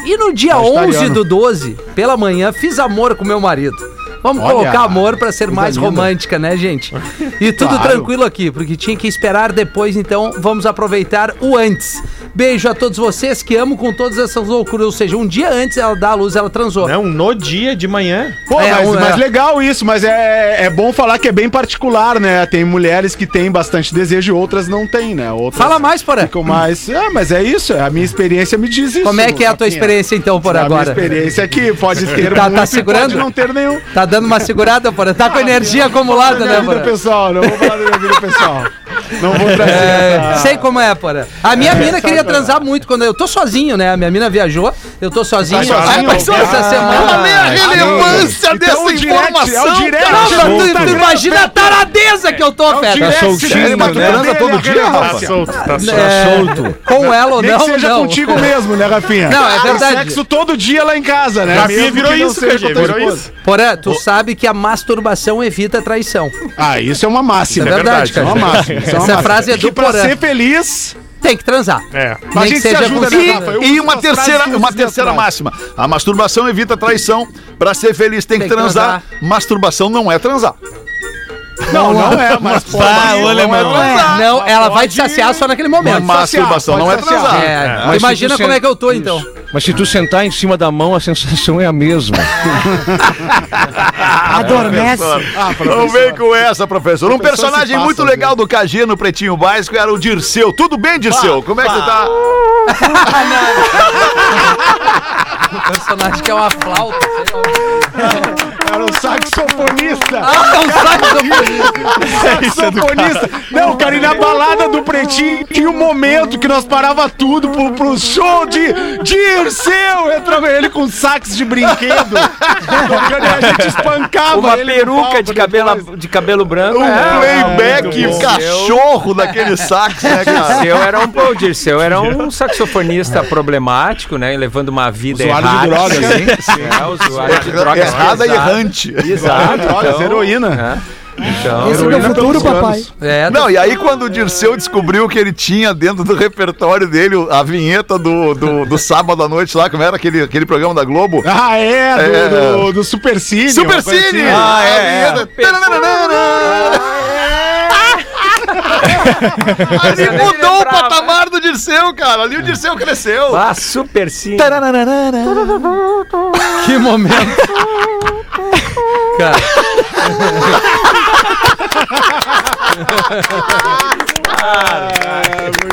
[SPEAKER 4] E no dia 11 do 12, pela manhã, fiz amor com meu marido. Vamos
[SPEAKER 3] Olha,
[SPEAKER 4] colocar amor pra ser mais
[SPEAKER 3] linda.
[SPEAKER 4] romântica, né,
[SPEAKER 3] [laughs]
[SPEAKER 4] gente? E tudo
[SPEAKER 3] Claro.
[SPEAKER 4] tranquilo aqui, porque tinha que esperar depois, então vamos aproveitar o antes. Beijo a todos vocês que amo com todas essas loucuras. Ou seja, um dia antes ela dá a luz, ela transou.
[SPEAKER 8] Não, no dia de manhã.
[SPEAKER 3] Pô,
[SPEAKER 4] É,
[SPEAKER 3] mas,
[SPEAKER 4] um-
[SPEAKER 3] mas
[SPEAKER 4] é.
[SPEAKER 3] legal isso, mas é, é bom falar que é bem particular, né? Tem mulheres que têm bastante desejo e outras não têm, né? Outras
[SPEAKER 4] Fala mais, Porã.
[SPEAKER 3] Ficam mais. É, mas é isso, a minha experiência me diz isso.
[SPEAKER 4] Como é que é a tua
[SPEAKER 3] Rafinha.
[SPEAKER 4] experiência, então, por
[SPEAKER 3] a
[SPEAKER 4] agora?
[SPEAKER 3] assim, Minha experiência é que pode ter
[SPEAKER 4] Tá- tá
[SPEAKER 3] muito e pode
[SPEAKER 4] segurando?
[SPEAKER 3] não ter nenhum.
[SPEAKER 4] Tá dando uma segurada, Porã? Tá com energia acumulada,
[SPEAKER 3] Ah, minha
[SPEAKER 4] né,
[SPEAKER 3] vida
[SPEAKER 4] Porã?
[SPEAKER 3] pessoal, não vou falar da minha vida pessoal. Não vou trazer.
[SPEAKER 4] É,
[SPEAKER 3] essa-
[SPEAKER 4] sei como é, Porã. A minha mina queria
[SPEAKER 3] é.
[SPEAKER 4] transar muito quando eu tô sozinho, né? A minha mina viajou, eu tô sozinho.
[SPEAKER 3] Tá
[SPEAKER 4] Ai,
[SPEAKER 3] sozinho?
[SPEAKER 4] passou essa semana.
[SPEAKER 9] Olha a É relevância
[SPEAKER 3] Então,
[SPEAKER 9] dessa
[SPEAKER 3] o direct,
[SPEAKER 9] informação.
[SPEAKER 3] é o direct.
[SPEAKER 9] cara.
[SPEAKER 4] Não, mas tu, tu imagina a taradeza que eu tô, Fera.
[SPEAKER 3] Tá
[SPEAKER 2] Sério, mas tu transa todo dia,
[SPEAKER 8] Tá
[SPEAKER 3] Assim,
[SPEAKER 2] Rafa?
[SPEAKER 4] É, Com ela ou
[SPEAKER 3] Nem
[SPEAKER 4] não,
[SPEAKER 3] que seja
[SPEAKER 4] não.
[SPEAKER 3] contigo mesmo, né, Rafinha?
[SPEAKER 4] Não, é
[SPEAKER 3] Tem
[SPEAKER 4] verdade.
[SPEAKER 3] sexo todo dia lá em casa, né?
[SPEAKER 8] Rafinha
[SPEAKER 3] Mesmo
[SPEAKER 8] virou
[SPEAKER 3] que não
[SPEAKER 8] isso,
[SPEAKER 3] seja
[SPEAKER 8] KG,
[SPEAKER 3] com a tua
[SPEAKER 8] virou
[SPEAKER 3] esposa.
[SPEAKER 8] isso.
[SPEAKER 4] Porã, tu sabe que a masturbação evita a traição.
[SPEAKER 3] Ah, isso é uma máxima.
[SPEAKER 4] É verdade,
[SPEAKER 3] isso é uma
[SPEAKER 4] cara.
[SPEAKER 3] máxima. isso é uma
[SPEAKER 4] Essa
[SPEAKER 3] máxima.
[SPEAKER 4] frase é do
[SPEAKER 3] Que pra
[SPEAKER 4] Porã.
[SPEAKER 3] ser feliz,
[SPEAKER 4] Tem que transar.
[SPEAKER 8] É.
[SPEAKER 3] a
[SPEAKER 4] Nem
[SPEAKER 3] gente
[SPEAKER 4] que
[SPEAKER 3] se
[SPEAKER 4] seja
[SPEAKER 3] ajuda,
[SPEAKER 4] com-
[SPEAKER 3] né, Rafa? Eu
[SPEAKER 2] E
[SPEAKER 3] uso
[SPEAKER 2] uma
[SPEAKER 3] umas
[SPEAKER 2] terceira,
[SPEAKER 3] frases
[SPEAKER 2] uma
[SPEAKER 3] que eu usei
[SPEAKER 2] terceira
[SPEAKER 3] atrás.
[SPEAKER 2] máxima. A masturbação evita a traição. Pra ser feliz tem que
[SPEAKER 4] Tem que
[SPEAKER 2] transar. Masturbação não é transar.
[SPEAKER 3] Não, não é, mas pode.
[SPEAKER 7] Ah, o alemão.
[SPEAKER 4] Não, ela vai te saciar só naquele momento.
[SPEAKER 2] masturbação
[SPEAKER 3] pode
[SPEAKER 2] não é
[SPEAKER 3] saciar.
[SPEAKER 2] transar.
[SPEAKER 4] É, tu
[SPEAKER 11] Mas
[SPEAKER 4] imagina
[SPEAKER 11] se tu
[SPEAKER 4] como
[SPEAKER 11] sen-
[SPEAKER 4] é que eu tô, então.
[SPEAKER 11] Mas se tu sentar em cima da mão, a sensação é a mesma.
[SPEAKER 5] Adormece.
[SPEAKER 2] Não vem com essa, professor. Um
[SPEAKER 3] Ah, Professor se
[SPEAKER 2] personagem
[SPEAKER 3] passa,
[SPEAKER 2] muito
[SPEAKER 3] às
[SPEAKER 2] legal do KG no Pretinho Básico era o Dirceu. Tudo bem, Dirceu? Como é que tu tá?
[SPEAKER 3] [laughs]
[SPEAKER 4] O personagem que é uma flauta. sei lá. um
[SPEAKER 3] Era um saxofonista.
[SPEAKER 4] Ah, é um saxofonista.
[SPEAKER 3] É saxofonista. Não, cara, e na balada do Pretinho tinha um momento que nós parava tudo pro, pro show de Dirceu. Entrava ele com sax de brinquedo. tocando, e a gente espancava
[SPEAKER 6] Uma
[SPEAKER 3] ele no
[SPEAKER 6] peruca
[SPEAKER 3] palco
[SPEAKER 6] de
[SPEAKER 3] depois.
[SPEAKER 6] cabelo, de cabelo branco.
[SPEAKER 2] Um
[SPEAKER 6] é,
[SPEAKER 2] playback
[SPEAKER 6] muito bom.
[SPEAKER 2] cachorro
[SPEAKER 3] [laughs]
[SPEAKER 2] daquele sax, né, cara?
[SPEAKER 6] Dirceu era um bom, Dirceu era um saxofonista problemático, né? Levando uma vida
[SPEAKER 3] Usuário de
[SPEAKER 6] errada.
[SPEAKER 3] drogas, hein?
[SPEAKER 6] É, usuário de drogas
[SPEAKER 2] Errada e
[SPEAKER 6] pesadas.
[SPEAKER 2] errante.
[SPEAKER 6] Exato.
[SPEAKER 3] Drogas,
[SPEAKER 6] então,
[SPEAKER 3] heroína.
[SPEAKER 6] né? Então,
[SPEAKER 5] Esse é meu
[SPEAKER 3] Heroína
[SPEAKER 5] futuro,
[SPEAKER 3] pelos
[SPEAKER 5] papai.
[SPEAKER 3] anos.
[SPEAKER 4] É,
[SPEAKER 2] Não, e aí quando o Dirceu descobriu que ele tinha dentro do repertório dele a vinheta do, do, do sábado à noite lá, como era aquele, aquele programa da Globo?
[SPEAKER 3] Ah, é, do,
[SPEAKER 2] É.
[SPEAKER 3] do, do Supercine.
[SPEAKER 2] Super
[SPEAKER 3] assim.
[SPEAKER 2] Cine! Ah, é, é. Ali mudou o patamar do Dirceu, cara. Ali o Dirceu cresceu.
[SPEAKER 6] Ah, super sim.
[SPEAKER 2] Tá,
[SPEAKER 4] que momento. Cara,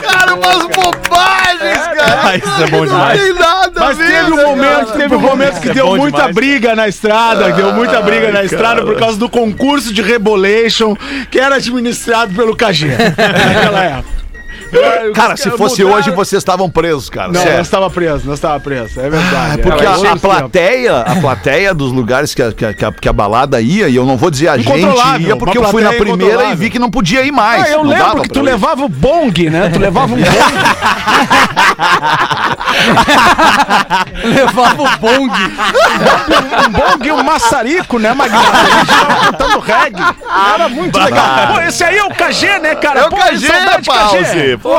[SPEAKER 2] Cara, umas bobagens, cara.
[SPEAKER 7] isso é bom
[SPEAKER 2] Não
[SPEAKER 7] demais.
[SPEAKER 2] tem nada a
[SPEAKER 3] Mas
[SPEAKER 2] ver,
[SPEAKER 3] teve um
[SPEAKER 2] né,
[SPEAKER 3] momento,
[SPEAKER 2] cara?
[SPEAKER 3] teve um momento que deu
[SPEAKER 7] É bom
[SPEAKER 3] muita
[SPEAKER 7] demais.
[SPEAKER 3] briga na
[SPEAKER 2] Ah,
[SPEAKER 3] estrada, deu muita briga na estrada por causa do concurso de Rebolation que era administrado pelo KG naquela época.
[SPEAKER 2] Cara, se fosse hoje, vocês estavam presos, cara.
[SPEAKER 3] Não,
[SPEAKER 2] sério.
[SPEAKER 3] nós tava preso, nós tava preso, é verdade.
[SPEAKER 2] Porque
[SPEAKER 3] Era
[SPEAKER 2] a, a
[SPEAKER 3] outros tempos.
[SPEAKER 2] plateia, a plateia dos lugares que a, que, a, que a- que a balada ia, e eu não vou dizer a gente
[SPEAKER 3] Incontrolável,
[SPEAKER 2] ia, porque eu
[SPEAKER 3] uma
[SPEAKER 2] fui na
[SPEAKER 3] plateia
[SPEAKER 2] primeira e
[SPEAKER 3] incontrolável.
[SPEAKER 2] vi que não podia ir mais.
[SPEAKER 3] Ah, eu
[SPEAKER 2] Não dava
[SPEAKER 3] lembro que
[SPEAKER 2] pra
[SPEAKER 3] tu
[SPEAKER 2] ir.
[SPEAKER 3] levava o bong, né? Tu levava
[SPEAKER 6] [laughs]
[SPEAKER 3] um bong.
[SPEAKER 4] levava o bong.
[SPEAKER 3] um bong e um maçarico,
[SPEAKER 2] [laughs]
[SPEAKER 3] né, Magnata? A gente tava cantando reggae. Era muito legal. Pô, esse aí é o KG, né, cara?
[SPEAKER 2] É o
[SPEAKER 3] Pô,
[SPEAKER 2] KG,
[SPEAKER 3] saudade,
[SPEAKER 2] Pause.
[SPEAKER 3] Pô,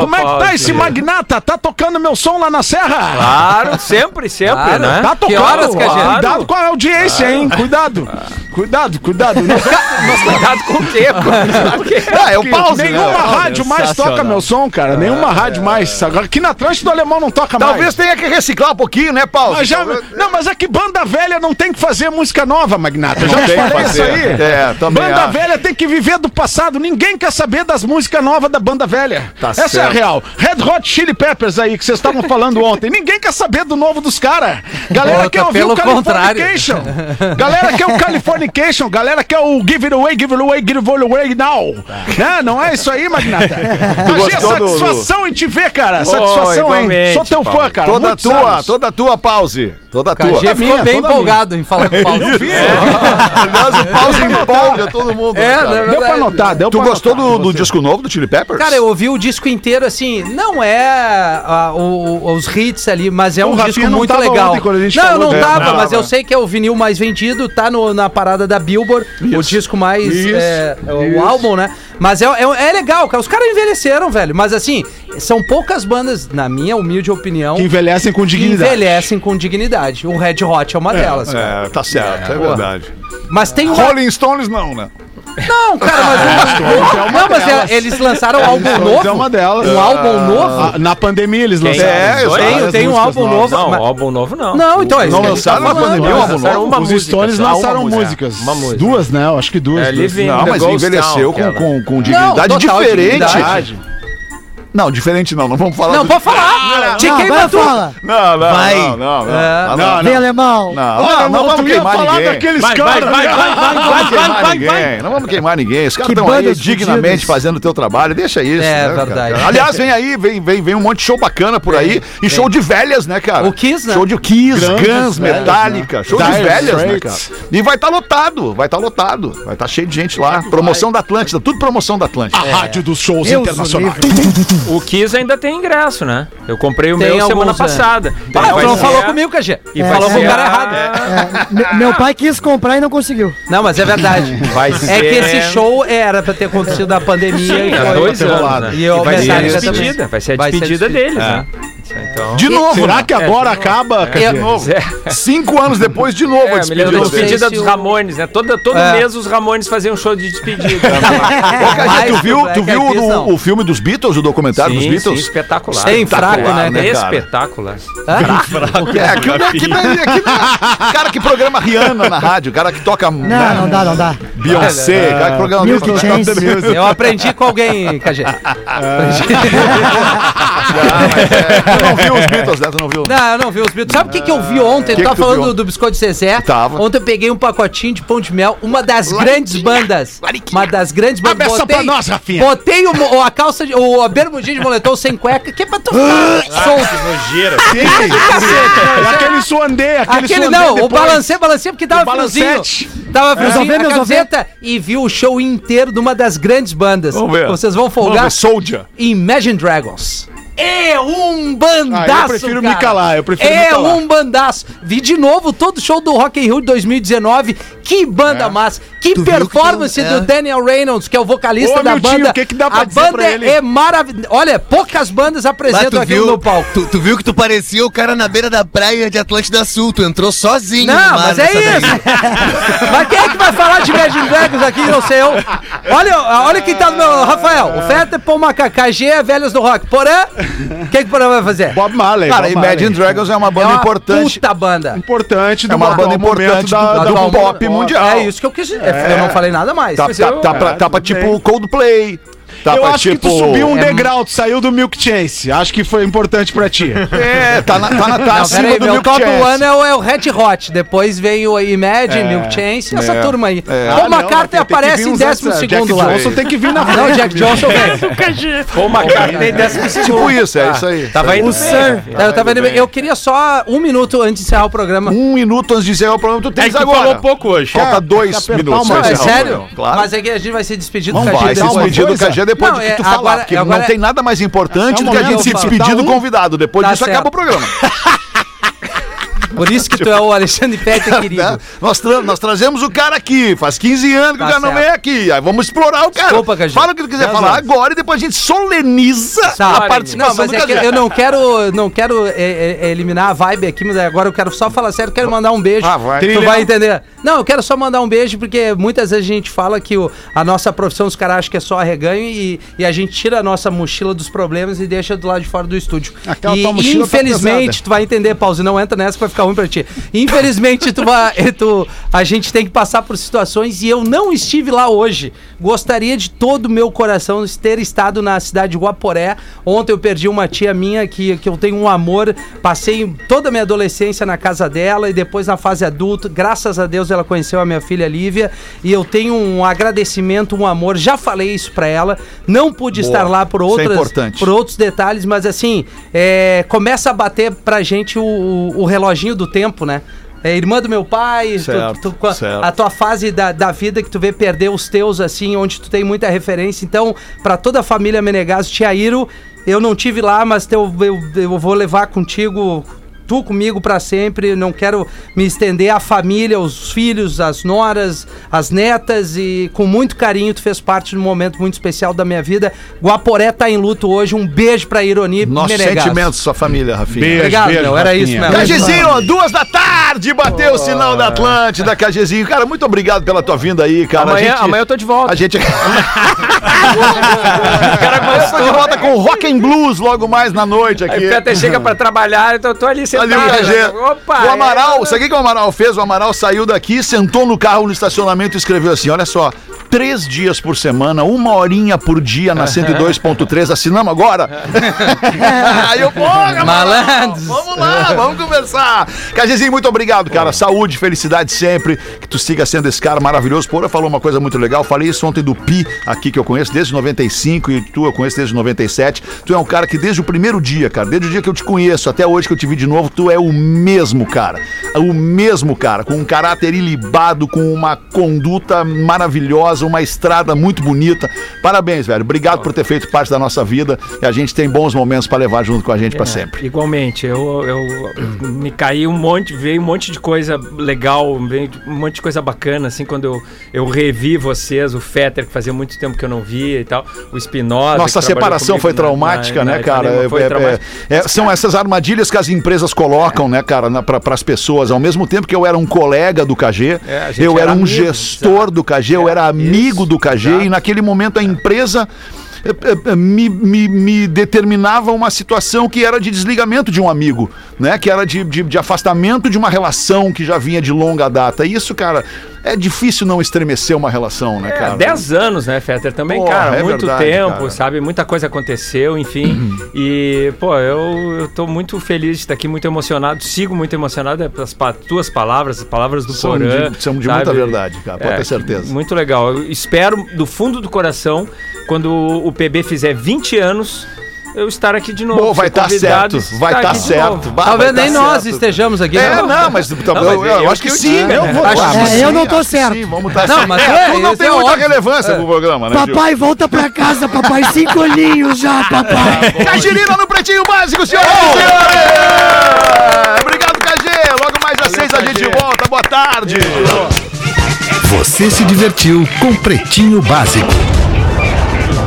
[SPEAKER 3] como é que tá esse Magnata? Tá tocando meu som lá na serra?
[SPEAKER 6] Claro, sempre, sempre,
[SPEAKER 4] Claro.
[SPEAKER 6] né?
[SPEAKER 3] Tá tocando.
[SPEAKER 4] Que horas, KG?
[SPEAKER 3] Cuidado com a audiência, hein? Cuidado. Cuidado, cuidado. Não
[SPEAKER 6] [laughs] Mas cuidado com o
[SPEAKER 3] [laughs]
[SPEAKER 6] tempo.
[SPEAKER 2] Ah, é o pause, né?
[SPEAKER 3] Nenhuma rádio mais toca
[SPEAKER 7] Sensacional.
[SPEAKER 3] meu som, cara. Nenhuma rádio mais. Agora, aqui na Atlântida do Alemão não toca. toca
[SPEAKER 2] É, Talvez
[SPEAKER 3] mais.
[SPEAKER 2] tenha que reciclar um pouquinho, né, Paulo?
[SPEAKER 3] Mas já-
[SPEAKER 2] Talvez-
[SPEAKER 3] não, mas é que banda velha não tem que fazer música nova, Magnata. Eu
[SPEAKER 2] Não
[SPEAKER 3] Já
[SPEAKER 2] tem
[SPEAKER 3] te
[SPEAKER 2] que
[SPEAKER 3] falei isso
[SPEAKER 2] fazer.
[SPEAKER 3] aí.
[SPEAKER 2] É, também
[SPEAKER 3] banda
[SPEAKER 2] acho.
[SPEAKER 3] velha tem que viver do passado. Ninguém quer saber das músicas novas da banda velha.
[SPEAKER 2] Tá
[SPEAKER 3] Essa é a
[SPEAKER 2] certo.
[SPEAKER 3] real. Red Hot Chili Peppers aí, que vocês estavam
[SPEAKER 2] [laughs]
[SPEAKER 3] falando ontem. Ninguém quer saber do novo dos caras. Galera
[SPEAKER 4] Bota
[SPEAKER 3] quer ouvir
[SPEAKER 4] pelo
[SPEAKER 3] o Californication. Galera quer o Californication. Galera quer o Give It Away, Give It Away, Give It Away Now. Né? Não é isso aí, Magnata? Achei a
[SPEAKER 2] gostou do- do-
[SPEAKER 3] satisfação em te ver, cara. Satisfação, hein?
[SPEAKER 6] igualmente,
[SPEAKER 3] Sou teu fã,
[SPEAKER 6] Paulo.
[SPEAKER 3] cara.
[SPEAKER 2] Toda
[SPEAKER 3] Muitos
[SPEAKER 2] tua,
[SPEAKER 3] anos.
[SPEAKER 2] toda tua pause. Toda
[SPEAKER 4] O
[SPEAKER 2] tua.
[SPEAKER 4] KG ficou
[SPEAKER 3] minha,
[SPEAKER 4] bem
[SPEAKER 3] toda
[SPEAKER 4] empolgado em falar com o Paulo.
[SPEAKER 2] Aliás, o pause empolga todo mundo. né,
[SPEAKER 4] É,
[SPEAKER 2] cara?
[SPEAKER 4] na verdade.
[SPEAKER 3] Deu pra notar, Tá, deu
[SPEAKER 2] Tu
[SPEAKER 3] pra
[SPEAKER 2] gostou
[SPEAKER 3] notar.
[SPEAKER 2] do, do disco novo do Chili Peppers?
[SPEAKER 4] Cara, eu ouvi o disco inteiro assim, não é ah, o- o- os hits ali, mas é
[SPEAKER 3] O
[SPEAKER 4] um
[SPEAKER 3] Rafinha
[SPEAKER 4] disco
[SPEAKER 3] não
[SPEAKER 4] muito
[SPEAKER 3] tava
[SPEAKER 4] legal.
[SPEAKER 3] ontem quando a gente
[SPEAKER 4] não, eu
[SPEAKER 3] falou
[SPEAKER 4] não
[SPEAKER 3] dele.
[SPEAKER 4] tava,
[SPEAKER 3] Não,
[SPEAKER 4] mas eu sei que é o vinil mais vendido, tá no- na parada da Billboard, o disco mais.
[SPEAKER 3] Isso.
[SPEAKER 4] é, é o
[SPEAKER 3] Isso.
[SPEAKER 4] álbum, né? Mas é, é, é legal, cara. Os caras envelheceram, velho. Mas assim, são poucas bandas, na minha humilde opinião,
[SPEAKER 3] Que
[SPEAKER 4] que
[SPEAKER 3] envelhecem com dignidade.
[SPEAKER 4] envelhecem com dignidade. O Red Hot é uma delas. cara.
[SPEAKER 2] É, tá certo, é,
[SPEAKER 4] porra.
[SPEAKER 2] verdade.
[SPEAKER 4] Mas tem uma
[SPEAKER 2] Rolling Stones não, né?
[SPEAKER 4] Não, cara, mas. o- não, mas é- eles lançaram um álbum
[SPEAKER 3] Stones
[SPEAKER 4] novo.
[SPEAKER 3] é uma delas.
[SPEAKER 4] Um álbum novo?
[SPEAKER 3] Ah, Na pandemia eles lançaram. Ah,
[SPEAKER 2] É, eu
[SPEAKER 4] Tem,
[SPEAKER 2] várias
[SPEAKER 4] tem um álbum novo.
[SPEAKER 6] Não,
[SPEAKER 4] mas-
[SPEAKER 6] álbum novo não.
[SPEAKER 4] Não, então é
[SPEAKER 2] tá, Não
[SPEAKER 4] que a gente tá
[SPEAKER 2] lançaram na
[SPEAKER 4] falando.
[SPEAKER 2] pandemia um álbum
[SPEAKER 6] lançaram
[SPEAKER 2] novo?
[SPEAKER 6] uma
[SPEAKER 3] Os
[SPEAKER 6] música
[SPEAKER 3] Stones
[SPEAKER 6] só, uma
[SPEAKER 3] lançaram
[SPEAKER 6] música.
[SPEAKER 3] músicas.
[SPEAKER 6] Uma música.
[SPEAKER 3] Duas, né? Eu acho que duas.
[SPEAKER 6] É,
[SPEAKER 3] duas.
[SPEAKER 6] Living
[SPEAKER 2] Não,
[SPEAKER 6] the
[SPEAKER 2] mas
[SPEAKER 6] Ghost
[SPEAKER 2] envelheceu
[SPEAKER 6] Town, é
[SPEAKER 2] com,
[SPEAKER 6] aquela.
[SPEAKER 2] com, com dignidade
[SPEAKER 4] Não, total
[SPEAKER 2] diferente.
[SPEAKER 4] dignidade.
[SPEAKER 2] Não, diferente não, não vamos falar
[SPEAKER 4] Não,
[SPEAKER 2] do-
[SPEAKER 4] pode falar! De
[SPEAKER 5] Ah, Não,
[SPEAKER 4] quem
[SPEAKER 5] vai,
[SPEAKER 4] matou?
[SPEAKER 5] fala.
[SPEAKER 2] Não, não,
[SPEAKER 9] Vai.
[SPEAKER 2] não, não, não.
[SPEAKER 4] É.
[SPEAKER 2] Não,
[SPEAKER 3] Não,
[SPEAKER 5] Vem, alemão.
[SPEAKER 2] Não,
[SPEAKER 3] Olha,
[SPEAKER 2] não, não
[SPEAKER 3] tu
[SPEAKER 2] vamos
[SPEAKER 3] ia
[SPEAKER 2] queimar
[SPEAKER 3] falar
[SPEAKER 2] ninguém.
[SPEAKER 3] daqueles
[SPEAKER 8] Vai, vai,
[SPEAKER 3] caras.
[SPEAKER 8] vai, vai, vai,
[SPEAKER 2] Não vamos
[SPEAKER 8] vai,
[SPEAKER 2] queimar
[SPEAKER 8] vai, vai,
[SPEAKER 2] ninguém,
[SPEAKER 8] vai.
[SPEAKER 2] não vamos queimar ninguém. Os caras
[SPEAKER 5] Que
[SPEAKER 2] estão aí
[SPEAKER 5] bandas
[SPEAKER 2] dignamente
[SPEAKER 5] fudidas.
[SPEAKER 2] fazendo o teu trabalho, deixa isso.
[SPEAKER 4] É,
[SPEAKER 2] né, cara?
[SPEAKER 4] verdade.
[SPEAKER 2] Aliás, vem aí, vem, vem, vem um monte de show bacana por aí. e show de velhas, né, cara?
[SPEAKER 4] O Kiss, né?
[SPEAKER 2] Show de Kiss,
[SPEAKER 3] Grandes
[SPEAKER 2] Guns,
[SPEAKER 3] velhas,
[SPEAKER 2] Metallica.
[SPEAKER 3] né?
[SPEAKER 2] Show de
[SPEAKER 3] Dire
[SPEAKER 2] velhas, né, cara?
[SPEAKER 3] Straits.
[SPEAKER 2] E vai estar lotado, vai estar lotado. Vai estar cheio de gente lá. Promoção da Atlântida, tudo promoção da Atlântida.
[SPEAKER 3] A rádio dos shows
[SPEAKER 5] Deus
[SPEAKER 3] internacionais.
[SPEAKER 5] o livre.
[SPEAKER 6] O Kiss ainda tem ingresso, né? Eu comprei o
[SPEAKER 4] Tem
[SPEAKER 6] meu semana
[SPEAKER 4] alguns, né?
[SPEAKER 6] passada.
[SPEAKER 4] Ah, tu
[SPEAKER 6] Vai
[SPEAKER 4] não
[SPEAKER 6] ser-
[SPEAKER 4] falou comigo, KG.
[SPEAKER 6] E vai
[SPEAKER 4] falou com o
[SPEAKER 6] ser
[SPEAKER 4] cara
[SPEAKER 6] a-
[SPEAKER 4] errado.
[SPEAKER 5] É, me- meu pai quis comprar e não conseguiu.
[SPEAKER 4] Não, mas é verdade.
[SPEAKER 6] Vai
[SPEAKER 4] É
[SPEAKER 6] ser-
[SPEAKER 4] que esse show era pra ter acontecido na pandemia.
[SPEAKER 6] Sim,
[SPEAKER 4] e
[SPEAKER 6] há
[SPEAKER 4] foi-
[SPEAKER 6] dois
[SPEAKER 4] foi rolado.
[SPEAKER 6] anos. né?
[SPEAKER 4] E eu
[SPEAKER 6] vai ser a
[SPEAKER 4] Metallica também.
[SPEAKER 6] despedida.
[SPEAKER 4] [laughs]
[SPEAKER 6] Vai ser a
[SPEAKER 4] Vai ser a
[SPEAKER 6] despedida
[SPEAKER 4] despedida.
[SPEAKER 6] deles, né? Então.
[SPEAKER 2] É. De novo,
[SPEAKER 3] Será
[SPEAKER 2] né?
[SPEAKER 3] que agora acaba?
[SPEAKER 4] Eu-
[SPEAKER 3] Cadê?
[SPEAKER 2] Cinco anos depois, de novo, a
[SPEAKER 6] É, me lembro
[SPEAKER 2] despedida.
[SPEAKER 6] da
[SPEAKER 2] dele.
[SPEAKER 4] do-
[SPEAKER 6] despedida
[SPEAKER 4] sei se
[SPEAKER 6] dos
[SPEAKER 4] o-
[SPEAKER 6] Ramones, né? Todo, todo
[SPEAKER 4] É.
[SPEAKER 6] mês os Ramones faziam um show de despedida.
[SPEAKER 2] Ô, Cajé,
[SPEAKER 4] Mas é
[SPEAKER 2] tu viu,
[SPEAKER 4] Black
[SPEAKER 2] tu viu
[SPEAKER 4] Eyed Peas,
[SPEAKER 2] o-
[SPEAKER 4] não.
[SPEAKER 2] o, filme dos Beatles, o documentário Tá dos Beatles?
[SPEAKER 6] espetacular.
[SPEAKER 4] Bem fraco, né,
[SPEAKER 2] né, cara?
[SPEAKER 6] Espetacular.
[SPEAKER 4] Hã?
[SPEAKER 2] É, aqui, aqui, daí- aqui daí- cara que programa Rihanna na rádio, um cara que toca
[SPEAKER 5] Não, não dá, não dá.
[SPEAKER 2] Beyoncé, um cara que programa
[SPEAKER 5] Milk Chance.
[SPEAKER 4] Eu aprendi com alguém,
[SPEAKER 6] [laughs]
[SPEAKER 4] KG.
[SPEAKER 6] É.
[SPEAKER 2] Ah, mas é, tu não viu os Beatles, né? Tu não viu?
[SPEAKER 4] Não, eu não vi os Beatles. Sabe o que, que eu vi ontem?
[SPEAKER 2] Que
[SPEAKER 4] eu tava
[SPEAKER 2] que tu
[SPEAKER 4] falando
[SPEAKER 2] viu?
[SPEAKER 4] do Biscoito Zezé.
[SPEAKER 2] Tava.
[SPEAKER 4] Ontem eu peguei um pacotinho de pão de mel, uma das grandes bandas. Uma das grandes bandas.
[SPEAKER 3] Abre essa pra nós, Rafinha.
[SPEAKER 4] Botei o mo- a calça, de, o, a bermudinha de moletom sem cueca, que é pra tu ficar solto.
[SPEAKER 8] Nojeira.
[SPEAKER 3] É aquele suandê, aquele,
[SPEAKER 4] Aquele
[SPEAKER 3] suandê
[SPEAKER 4] não, o
[SPEAKER 3] depois.
[SPEAKER 4] balancei, balancei porque tava
[SPEAKER 3] O
[SPEAKER 4] friozinho.
[SPEAKER 3] balancete.
[SPEAKER 4] Tava friozinho
[SPEAKER 5] É.
[SPEAKER 4] a
[SPEAKER 5] Meus
[SPEAKER 4] camiseta e vi o show inteiro de uma das grandes bandas.
[SPEAKER 2] Vamos ver.
[SPEAKER 4] Vocês vão folgar.
[SPEAKER 2] Vamos ver, Soldier.
[SPEAKER 4] Imagine Dragons. É um bandaço,
[SPEAKER 3] Ah, eu prefiro me
[SPEAKER 4] cara.
[SPEAKER 3] calar, eu prefiro
[SPEAKER 4] É
[SPEAKER 3] me calar.
[SPEAKER 4] um bandaço. Vi de novo todo o show do Rock in Rio de 2019. Que banda
[SPEAKER 3] É.
[SPEAKER 4] massa. Que
[SPEAKER 9] viu que
[SPEAKER 4] performance
[SPEAKER 9] tem-
[SPEAKER 4] do
[SPEAKER 9] é.
[SPEAKER 4] Daniel Reynolds, que é o vocalista
[SPEAKER 3] Ô,
[SPEAKER 4] da
[SPEAKER 3] meu tio,
[SPEAKER 4] banda.
[SPEAKER 3] o que que dá pra
[SPEAKER 4] a
[SPEAKER 3] dizer
[SPEAKER 4] banda
[SPEAKER 3] pra ele?
[SPEAKER 4] é maravilhosa. Olha, poucas bandas
[SPEAKER 9] Lá
[SPEAKER 4] apresentam
[SPEAKER 9] tu
[SPEAKER 4] aqui
[SPEAKER 9] viu,
[SPEAKER 4] no palco.
[SPEAKER 9] Tu, tu viu que tu parecia o cara na beira da praia de Atlântida Sul. Tu entrou sozinho
[SPEAKER 4] Não,
[SPEAKER 9] no mar
[SPEAKER 4] mas é
[SPEAKER 9] nessa daí.
[SPEAKER 4] isso. mas quem é que vai falar de Imagine Dragons aqui, não sei eu? Olha, olha quem tá no meu... Rafael, o Feta, Paul Maca, KG, Velhos do Rock. Porã, o que que o Porã vai fazer?
[SPEAKER 3] Bob Marley.
[SPEAKER 2] Cara,
[SPEAKER 3] Bob
[SPEAKER 2] Imagine
[SPEAKER 3] Marley.
[SPEAKER 2] Dragons é uma banda importante.
[SPEAKER 4] puta banda.
[SPEAKER 3] Importante do
[SPEAKER 2] É uma
[SPEAKER 3] atual
[SPEAKER 2] banda importante
[SPEAKER 3] momento da-
[SPEAKER 2] do-
[SPEAKER 3] da-
[SPEAKER 2] do
[SPEAKER 4] Atual
[SPEAKER 2] pop
[SPEAKER 4] mundo-
[SPEAKER 2] mundial.
[SPEAKER 4] É isso que eu quis dizer. Eu não falei nada mais.
[SPEAKER 2] Tá,
[SPEAKER 4] Mas
[SPEAKER 2] tá,
[SPEAKER 4] eu-
[SPEAKER 2] tá pra, tá pra
[SPEAKER 3] tudo
[SPEAKER 2] tipo Coldplay. Tá
[SPEAKER 3] eu
[SPEAKER 2] pra
[SPEAKER 3] acho
[SPEAKER 2] tipo.
[SPEAKER 3] que tu subiu um
[SPEAKER 4] é-
[SPEAKER 3] degrau, tu saiu do Milk Chance. Acho que foi importante pra [laughs] ti.
[SPEAKER 2] É, tá na, tá na tá
[SPEAKER 4] Não,
[SPEAKER 2] acima
[SPEAKER 4] peraí,
[SPEAKER 2] do
[SPEAKER 4] meu
[SPEAKER 2] Milk
[SPEAKER 4] top
[SPEAKER 2] Chance.
[SPEAKER 4] one é o, é o Red Hot, depois vem o Imagine, Milk Chance, essa
[SPEAKER 2] É.
[SPEAKER 4] turma aí.
[SPEAKER 2] É.
[SPEAKER 4] Paul
[SPEAKER 3] Ah, não, mas
[SPEAKER 4] McCartney
[SPEAKER 3] tem- tem que
[SPEAKER 4] aparece
[SPEAKER 3] vir
[SPEAKER 4] em
[SPEAKER 3] uns
[SPEAKER 4] décimo
[SPEAKER 3] antes,
[SPEAKER 4] segundo
[SPEAKER 3] Jack
[SPEAKER 4] lá.
[SPEAKER 3] Johnson tem que vir na
[SPEAKER 4] Não,
[SPEAKER 3] frente.
[SPEAKER 4] Jack Johnson [laughs] vem.
[SPEAKER 6] Ou McCartney dessa
[SPEAKER 2] Tipo isso, é isso aí.
[SPEAKER 6] Tava indo bem.
[SPEAKER 4] Eu, tava indo bem. Eu queria só um minuto antes de encerrar o programa.
[SPEAKER 2] Um minuto antes de encerrar o programa, tu
[SPEAKER 8] É
[SPEAKER 2] tens
[SPEAKER 8] que tu
[SPEAKER 2] agora.
[SPEAKER 8] falou pouco hoje.
[SPEAKER 2] Falta dois
[SPEAKER 3] apertar
[SPEAKER 2] minutos.
[SPEAKER 3] uma-
[SPEAKER 4] Não,
[SPEAKER 2] pra
[SPEAKER 4] é
[SPEAKER 2] encerrar o
[SPEAKER 4] sério?
[SPEAKER 2] programa, Claro.
[SPEAKER 4] Mas é que a gente vai ser despedido
[SPEAKER 2] Não
[SPEAKER 4] do KG
[SPEAKER 2] vai se
[SPEAKER 4] depois.
[SPEAKER 2] despedir do
[SPEAKER 3] coisa.
[SPEAKER 2] KG depois
[SPEAKER 4] Não,
[SPEAKER 2] de
[SPEAKER 4] é,
[SPEAKER 2] que tu falar,
[SPEAKER 4] agora-
[SPEAKER 2] porque
[SPEAKER 4] agora- Tá então
[SPEAKER 2] não tem nada mais importante
[SPEAKER 3] Até o
[SPEAKER 2] do que a
[SPEAKER 3] momento,
[SPEAKER 2] gente se
[SPEAKER 3] eu falo,
[SPEAKER 2] despedir do
[SPEAKER 3] tá um.
[SPEAKER 4] [laughs]
[SPEAKER 2] convidado. Depois
[SPEAKER 4] Tá
[SPEAKER 2] disso acaba
[SPEAKER 4] certo.
[SPEAKER 2] o programa.
[SPEAKER 4] Por isso que tu é o Alexandre Pet [laughs] querido.
[SPEAKER 2] Nós, tra- nós trazemos o cara aqui. Faz 15 anos que
[SPEAKER 4] Tá
[SPEAKER 2] o cara não
[SPEAKER 4] certo.
[SPEAKER 2] vem aqui. Aí vamos explorar o cara.
[SPEAKER 4] Desculpa, Cajé.
[SPEAKER 2] Fala o que tu quiser
[SPEAKER 4] Dez
[SPEAKER 2] falar
[SPEAKER 4] horas.
[SPEAKER 2] agora e depois a gente soleniza
[SPEAKER 4] Tá.
[SPEAKER 2] a participação
[SPEAKER 4] não, mas
[SPEAKER 2] do
[SPEAKER 4] é que
[SPEAKER 2] Cajé.
[SPEAKER 4] eu não quero, não quero é, é, é, eliminar a vibe aqui, mas agora eu quero só falar sério, quero mandar um beijo.
[SPEAKER 2] Ah, vai.
[SPEAKER 4] Tu
[SPEAKER 2] Trilha.
[SPEAKER 4] vai entender. Não, eu quero só mandar um beijo, porque muitas vezes a gente fala que o- a nossa profissão, os caras acham que é só arreganho e, e a gente tira a nossa mochila dos problemas e deixa do lado de fora do estúdio.
[SPEAKER 3] Aquela
[SPEAKER 4] e
[SPEAKER 3] tua mochila tá
[SPEAKER 4] infelizmente,
[SPEAKER 3] pesada.
[SPEAKER 4] tu vai entender, Pause, não entra nessa que vai ficar ruim pra ti. Infelizmente, tu vai, [laughs] tu, a gente tem que passar por situações e eu não estive lá hoje. Gostaria de todo o meu coração de ter estado na cidade de Guaporé. Ontem eu perdi uma tia minha que, que eu tenho um amor. Passei toda a minha adolescência na casa dela e depois na fase adulta. Graças a Deus ela conheceu a minha filha Lívia e eu tenho um agradecimento, um amor. Já falei isso pra ela. Não pude
[SPEAKER 2] Boa.
[SPEAKER 4] estar lá por
[SPEAKER 2] Isso é
[SPEAKER 4] outras,
[SPEAKER 2] importante.
[SPEAKER 4] por outros detalhes, mas assim, é, começa a bater pra gente o, o- o reloginho do tempo, né? É, irmã do meu pai, tu-
[SPEAKER 2] Certo,
[SPEAKER 4] tu- co-
[SPEAKER 2] certo.
[SPEAKER 4] a tua fase da, da vida que tu vê perder os teus, assim, onde tu tem muita referência. Então, pra toda a família Menegaso, Tiairo, eu não tive lá, mas teu- eu, eu vou levar contigo, tu comigo pra sempre. Não quero me estender à família, os filhos, as noras, as netas e com muito carinho tu fez parte de um momento muito especial da minha vida. Guaporé tá em luto hoje. Um beijo pra Ironi
[SPEAKER 2] Nossos
[SPEAKER 4] Menegaso.
[SPEAKER 2] sentimentos, sua família, Rafinha.
[SPEAKER 3] Beijo,
[SPEAKER 4] Obrigado,
[SPEAKER 3] beijo,
[SPEAKER 4] meu. Era
[SPEAKER 3] Rafinha.
[SPEAKER 4] isso mesmo.
[SPEAKER 2] Cajezinho, duas da tarde, bateu o sinal da Atlântida, Cajezinho. Cara, muito obrigado pela tua vinda aí, cara. A
[SPEAKER 6] Amanhã,
[SPEAKER 2] gente-
[SPEAKER 6] amanhã eu tô de volta.
[SPEAKER 2] A gente.
[SPEAKER 6] [laughs]
[SPEAKER 2] o cara gostou. de volta com Rock and Blues logo mais na noite
[SPEAKER 6] Aí
[SPEAKER 2] aqui.
[SPEAKER 6] o Peter chega pra trabalhar, então eu tô ali sentado.
[SPEAKER 2] é- Ali o Cajé.
[SPEAKER 6] Opa!
[SPEAKER 2] O Amaral,
[SPEAKER 6] é-
[SPEAKER 2] sabe o que que o Amaral fez? O Amaral saiu daqui, sentou no carro no estacionamento e escreveu assim: olha só, três dias por semana, uma horinha por dia na 102.3, assinamos
[SPEAKER 6] [laughs]
[SPEAKER 2] agora? Aí eu, porra, Amaral,
[SPEAKER 4] Malandros.
[SPEAKER 2] Vamos lá, vamos conversar. Cajezinho, muito obrigado, cara. Saúde, felicidade sempre. Que tu siga sendo esse cara maravilhoso. Porra, falou uma coisa muito legal. Falei isso ontem do Pi, aqui que eu conheço desde 95 e tu eu conheço desde 97. Tu é um cara que desde o primeiro dia, cara, desde o dia que eu te conheço até hoje que eu te vi de novo, tu é o mesmo cara. É O mesmo cara, com um caráter ilibado, com uma conduta maravilhosa, uma estrada muito bonita. Parabéns, velho. Obrigado por ter feito parte da nossa vida e a gente tem bons momentos pra levar junto com a gente pra
[SPEAKER 6] É,
[SPEAKER 2] tá sempre.
[SPEAKER 6] Igualmente, eu, eu me caí um monte, veio um monte de coisa legal, veio um monte de coisa bacana, assim, quando eu, eu revi vocês, o Fetter, que fazia muito tempo que eu não via e tal, o Espinosa.
[SPEAKER 2] Nossa
[SPEAKER 6] que trabalhou
[SPEAKER 2] separação
[SPEAKER 6] comigo
[SPEAKER 2] foi
[SPEAKER 6] na-
[SPEAKER 2] traumática,
[SPEAKER 6] na-
[SPEAKER 2] né,
[SPEAKER 6] na
[SPEAKER 2] cara?
[SPEAKER 6] Ipanema, foi
[SPEAKER 2] É, é,
[SPEAKER 6] traumática.
[SPEAKER 2] é, é, são essas armadilhas que as empresas colocam, né, cara, para as pessoas. Ao mesmo tempo que eu era um colega do KG,
[SPEAKER 6] É, a gente
[SPEAKER 2] eu era,
[SPEAKER 6] era
[SPEAKER 2] um
[SPEAKER 6] amigo, É,
[SPEAKER 2] gestor do KG, eu era amigo do KG, e naquele momento a empresa. é, é, é, Me, me- me determinava uma situação que era de desligamento de um amigo, né? Que era de, de- de afastamento de uma relação que já vinha de longa data. E isso, cara, é difícil não estremecer uma relação, né,
[SPEAKER 6] É,
[SPEAKER 2] cara?
[SPEAKER 6] 10 anos, né, Fetter? Também,
[SPEAKER 2] Porra,
[SPEAKER 6] cara,
[SPEAKER 2] é
[SPEAKER 6] muito
[SPEAKER 2] verdade,
[SPEAKER 6] tempo,
[SPEAKER 2] cara. Uhum.
[SPEAKER 6] sabe? Muita coisa aconteceu, enfim. e, pô, eu, eu tô muito feliz de estar aqui, muito emocionado. Sigo muito emocionado é, pelas pa- tuas palavras, as palavras do
[SPEAKER 2] São
[SPEAKER 6] Porã.
[SPEAKER 2] de- são de
[SPEAKER 6] sabe? É,
[SPEAKER 2] muita verdade, cara, pode ter certeza.
[SPEAKER 6] Muito legal. Eu espero, do fundo do coração, quando o PB fizer 20 anos, eu estar aqui de novo.
[SPEAKER 2] Pô, vai
[SPEAKER 6] ser
[SPEAKER 2] estar
[SPEAKER 6] convidado
[SPEAKER 2] certo,
[SPEAKER 6] e estar
[SPEAKER 2] vai estar
[SPEAKER 6] aqui de
[SPEAKER 2] certo.
[SPEAKER 6] novo.
[SPEAKER 2] Bah,
[SPEAKER 4] Talvez
[SPEAKER 2] vai
[SPEAKER 4] nem
[SPEAKER 2] tá
[SPEAKER 4] nós
[SPEAKER 2] certo.
[SPEAKER 4] estejamos aqui.
[SPEAKER 2] É,
[SPEAKER 4] né?
[SPEAKER 2] não, mas, tá-
[SPEAKER 6] Não,
[SPEAKER 2] eu,
[SPEAKER 6] mas
[SPEAKER 2] eu
[SPEAKER 6] eu
[SPEAKER 2] acho que,
[SPEAKER 6] que eu
[SPEAKER 2] sim.
[SPEAKER 6] diga,
[SPEAKER 2] eu
[SPEAKER 6] né?
[SPEAKER 2] vou
[SPEAKER 6] Acho
[SPEAKER 2] tá,
[SPEAKER 5] que
[SPEAKER 2] mas
[SPEAKER 5] sim.
[SPEAKER 2] sim,
[SPEAKER 5] É, Eu não tô
[SPEAKER 2] acho que
[SPEAKER 5] certo.
[SPEAKER 2] Sim, vamos estar
[SPEAKER 4] Não,
[SPEAKER 2] certo.
[SPEAKER 4] mas
[SPEAKER 2] É,
[SPEAKER 4] é,
[SPEAKER 2] tu não
[SPEAKER 4] isso
[SPEAKER 2] tem
[SPEAKER 4] é Tá
[SPEAKER 2] muita
[SPEAKER 4] óbvio.
[SPEAKER 2] relevância pro programa, né, Gil?
[SPEAKER 5] Papai, volta pra casa, papai. Cinco olhinhos já, papai.
[SPEAKER 2] Cajirina no Pretinho Básico, senhoras e senhores! Obrigado, KG. Logo mais às seis a gente volta. Boa tarde.
[SPEAKER 12] Você se divertiu com Pretinho Básico.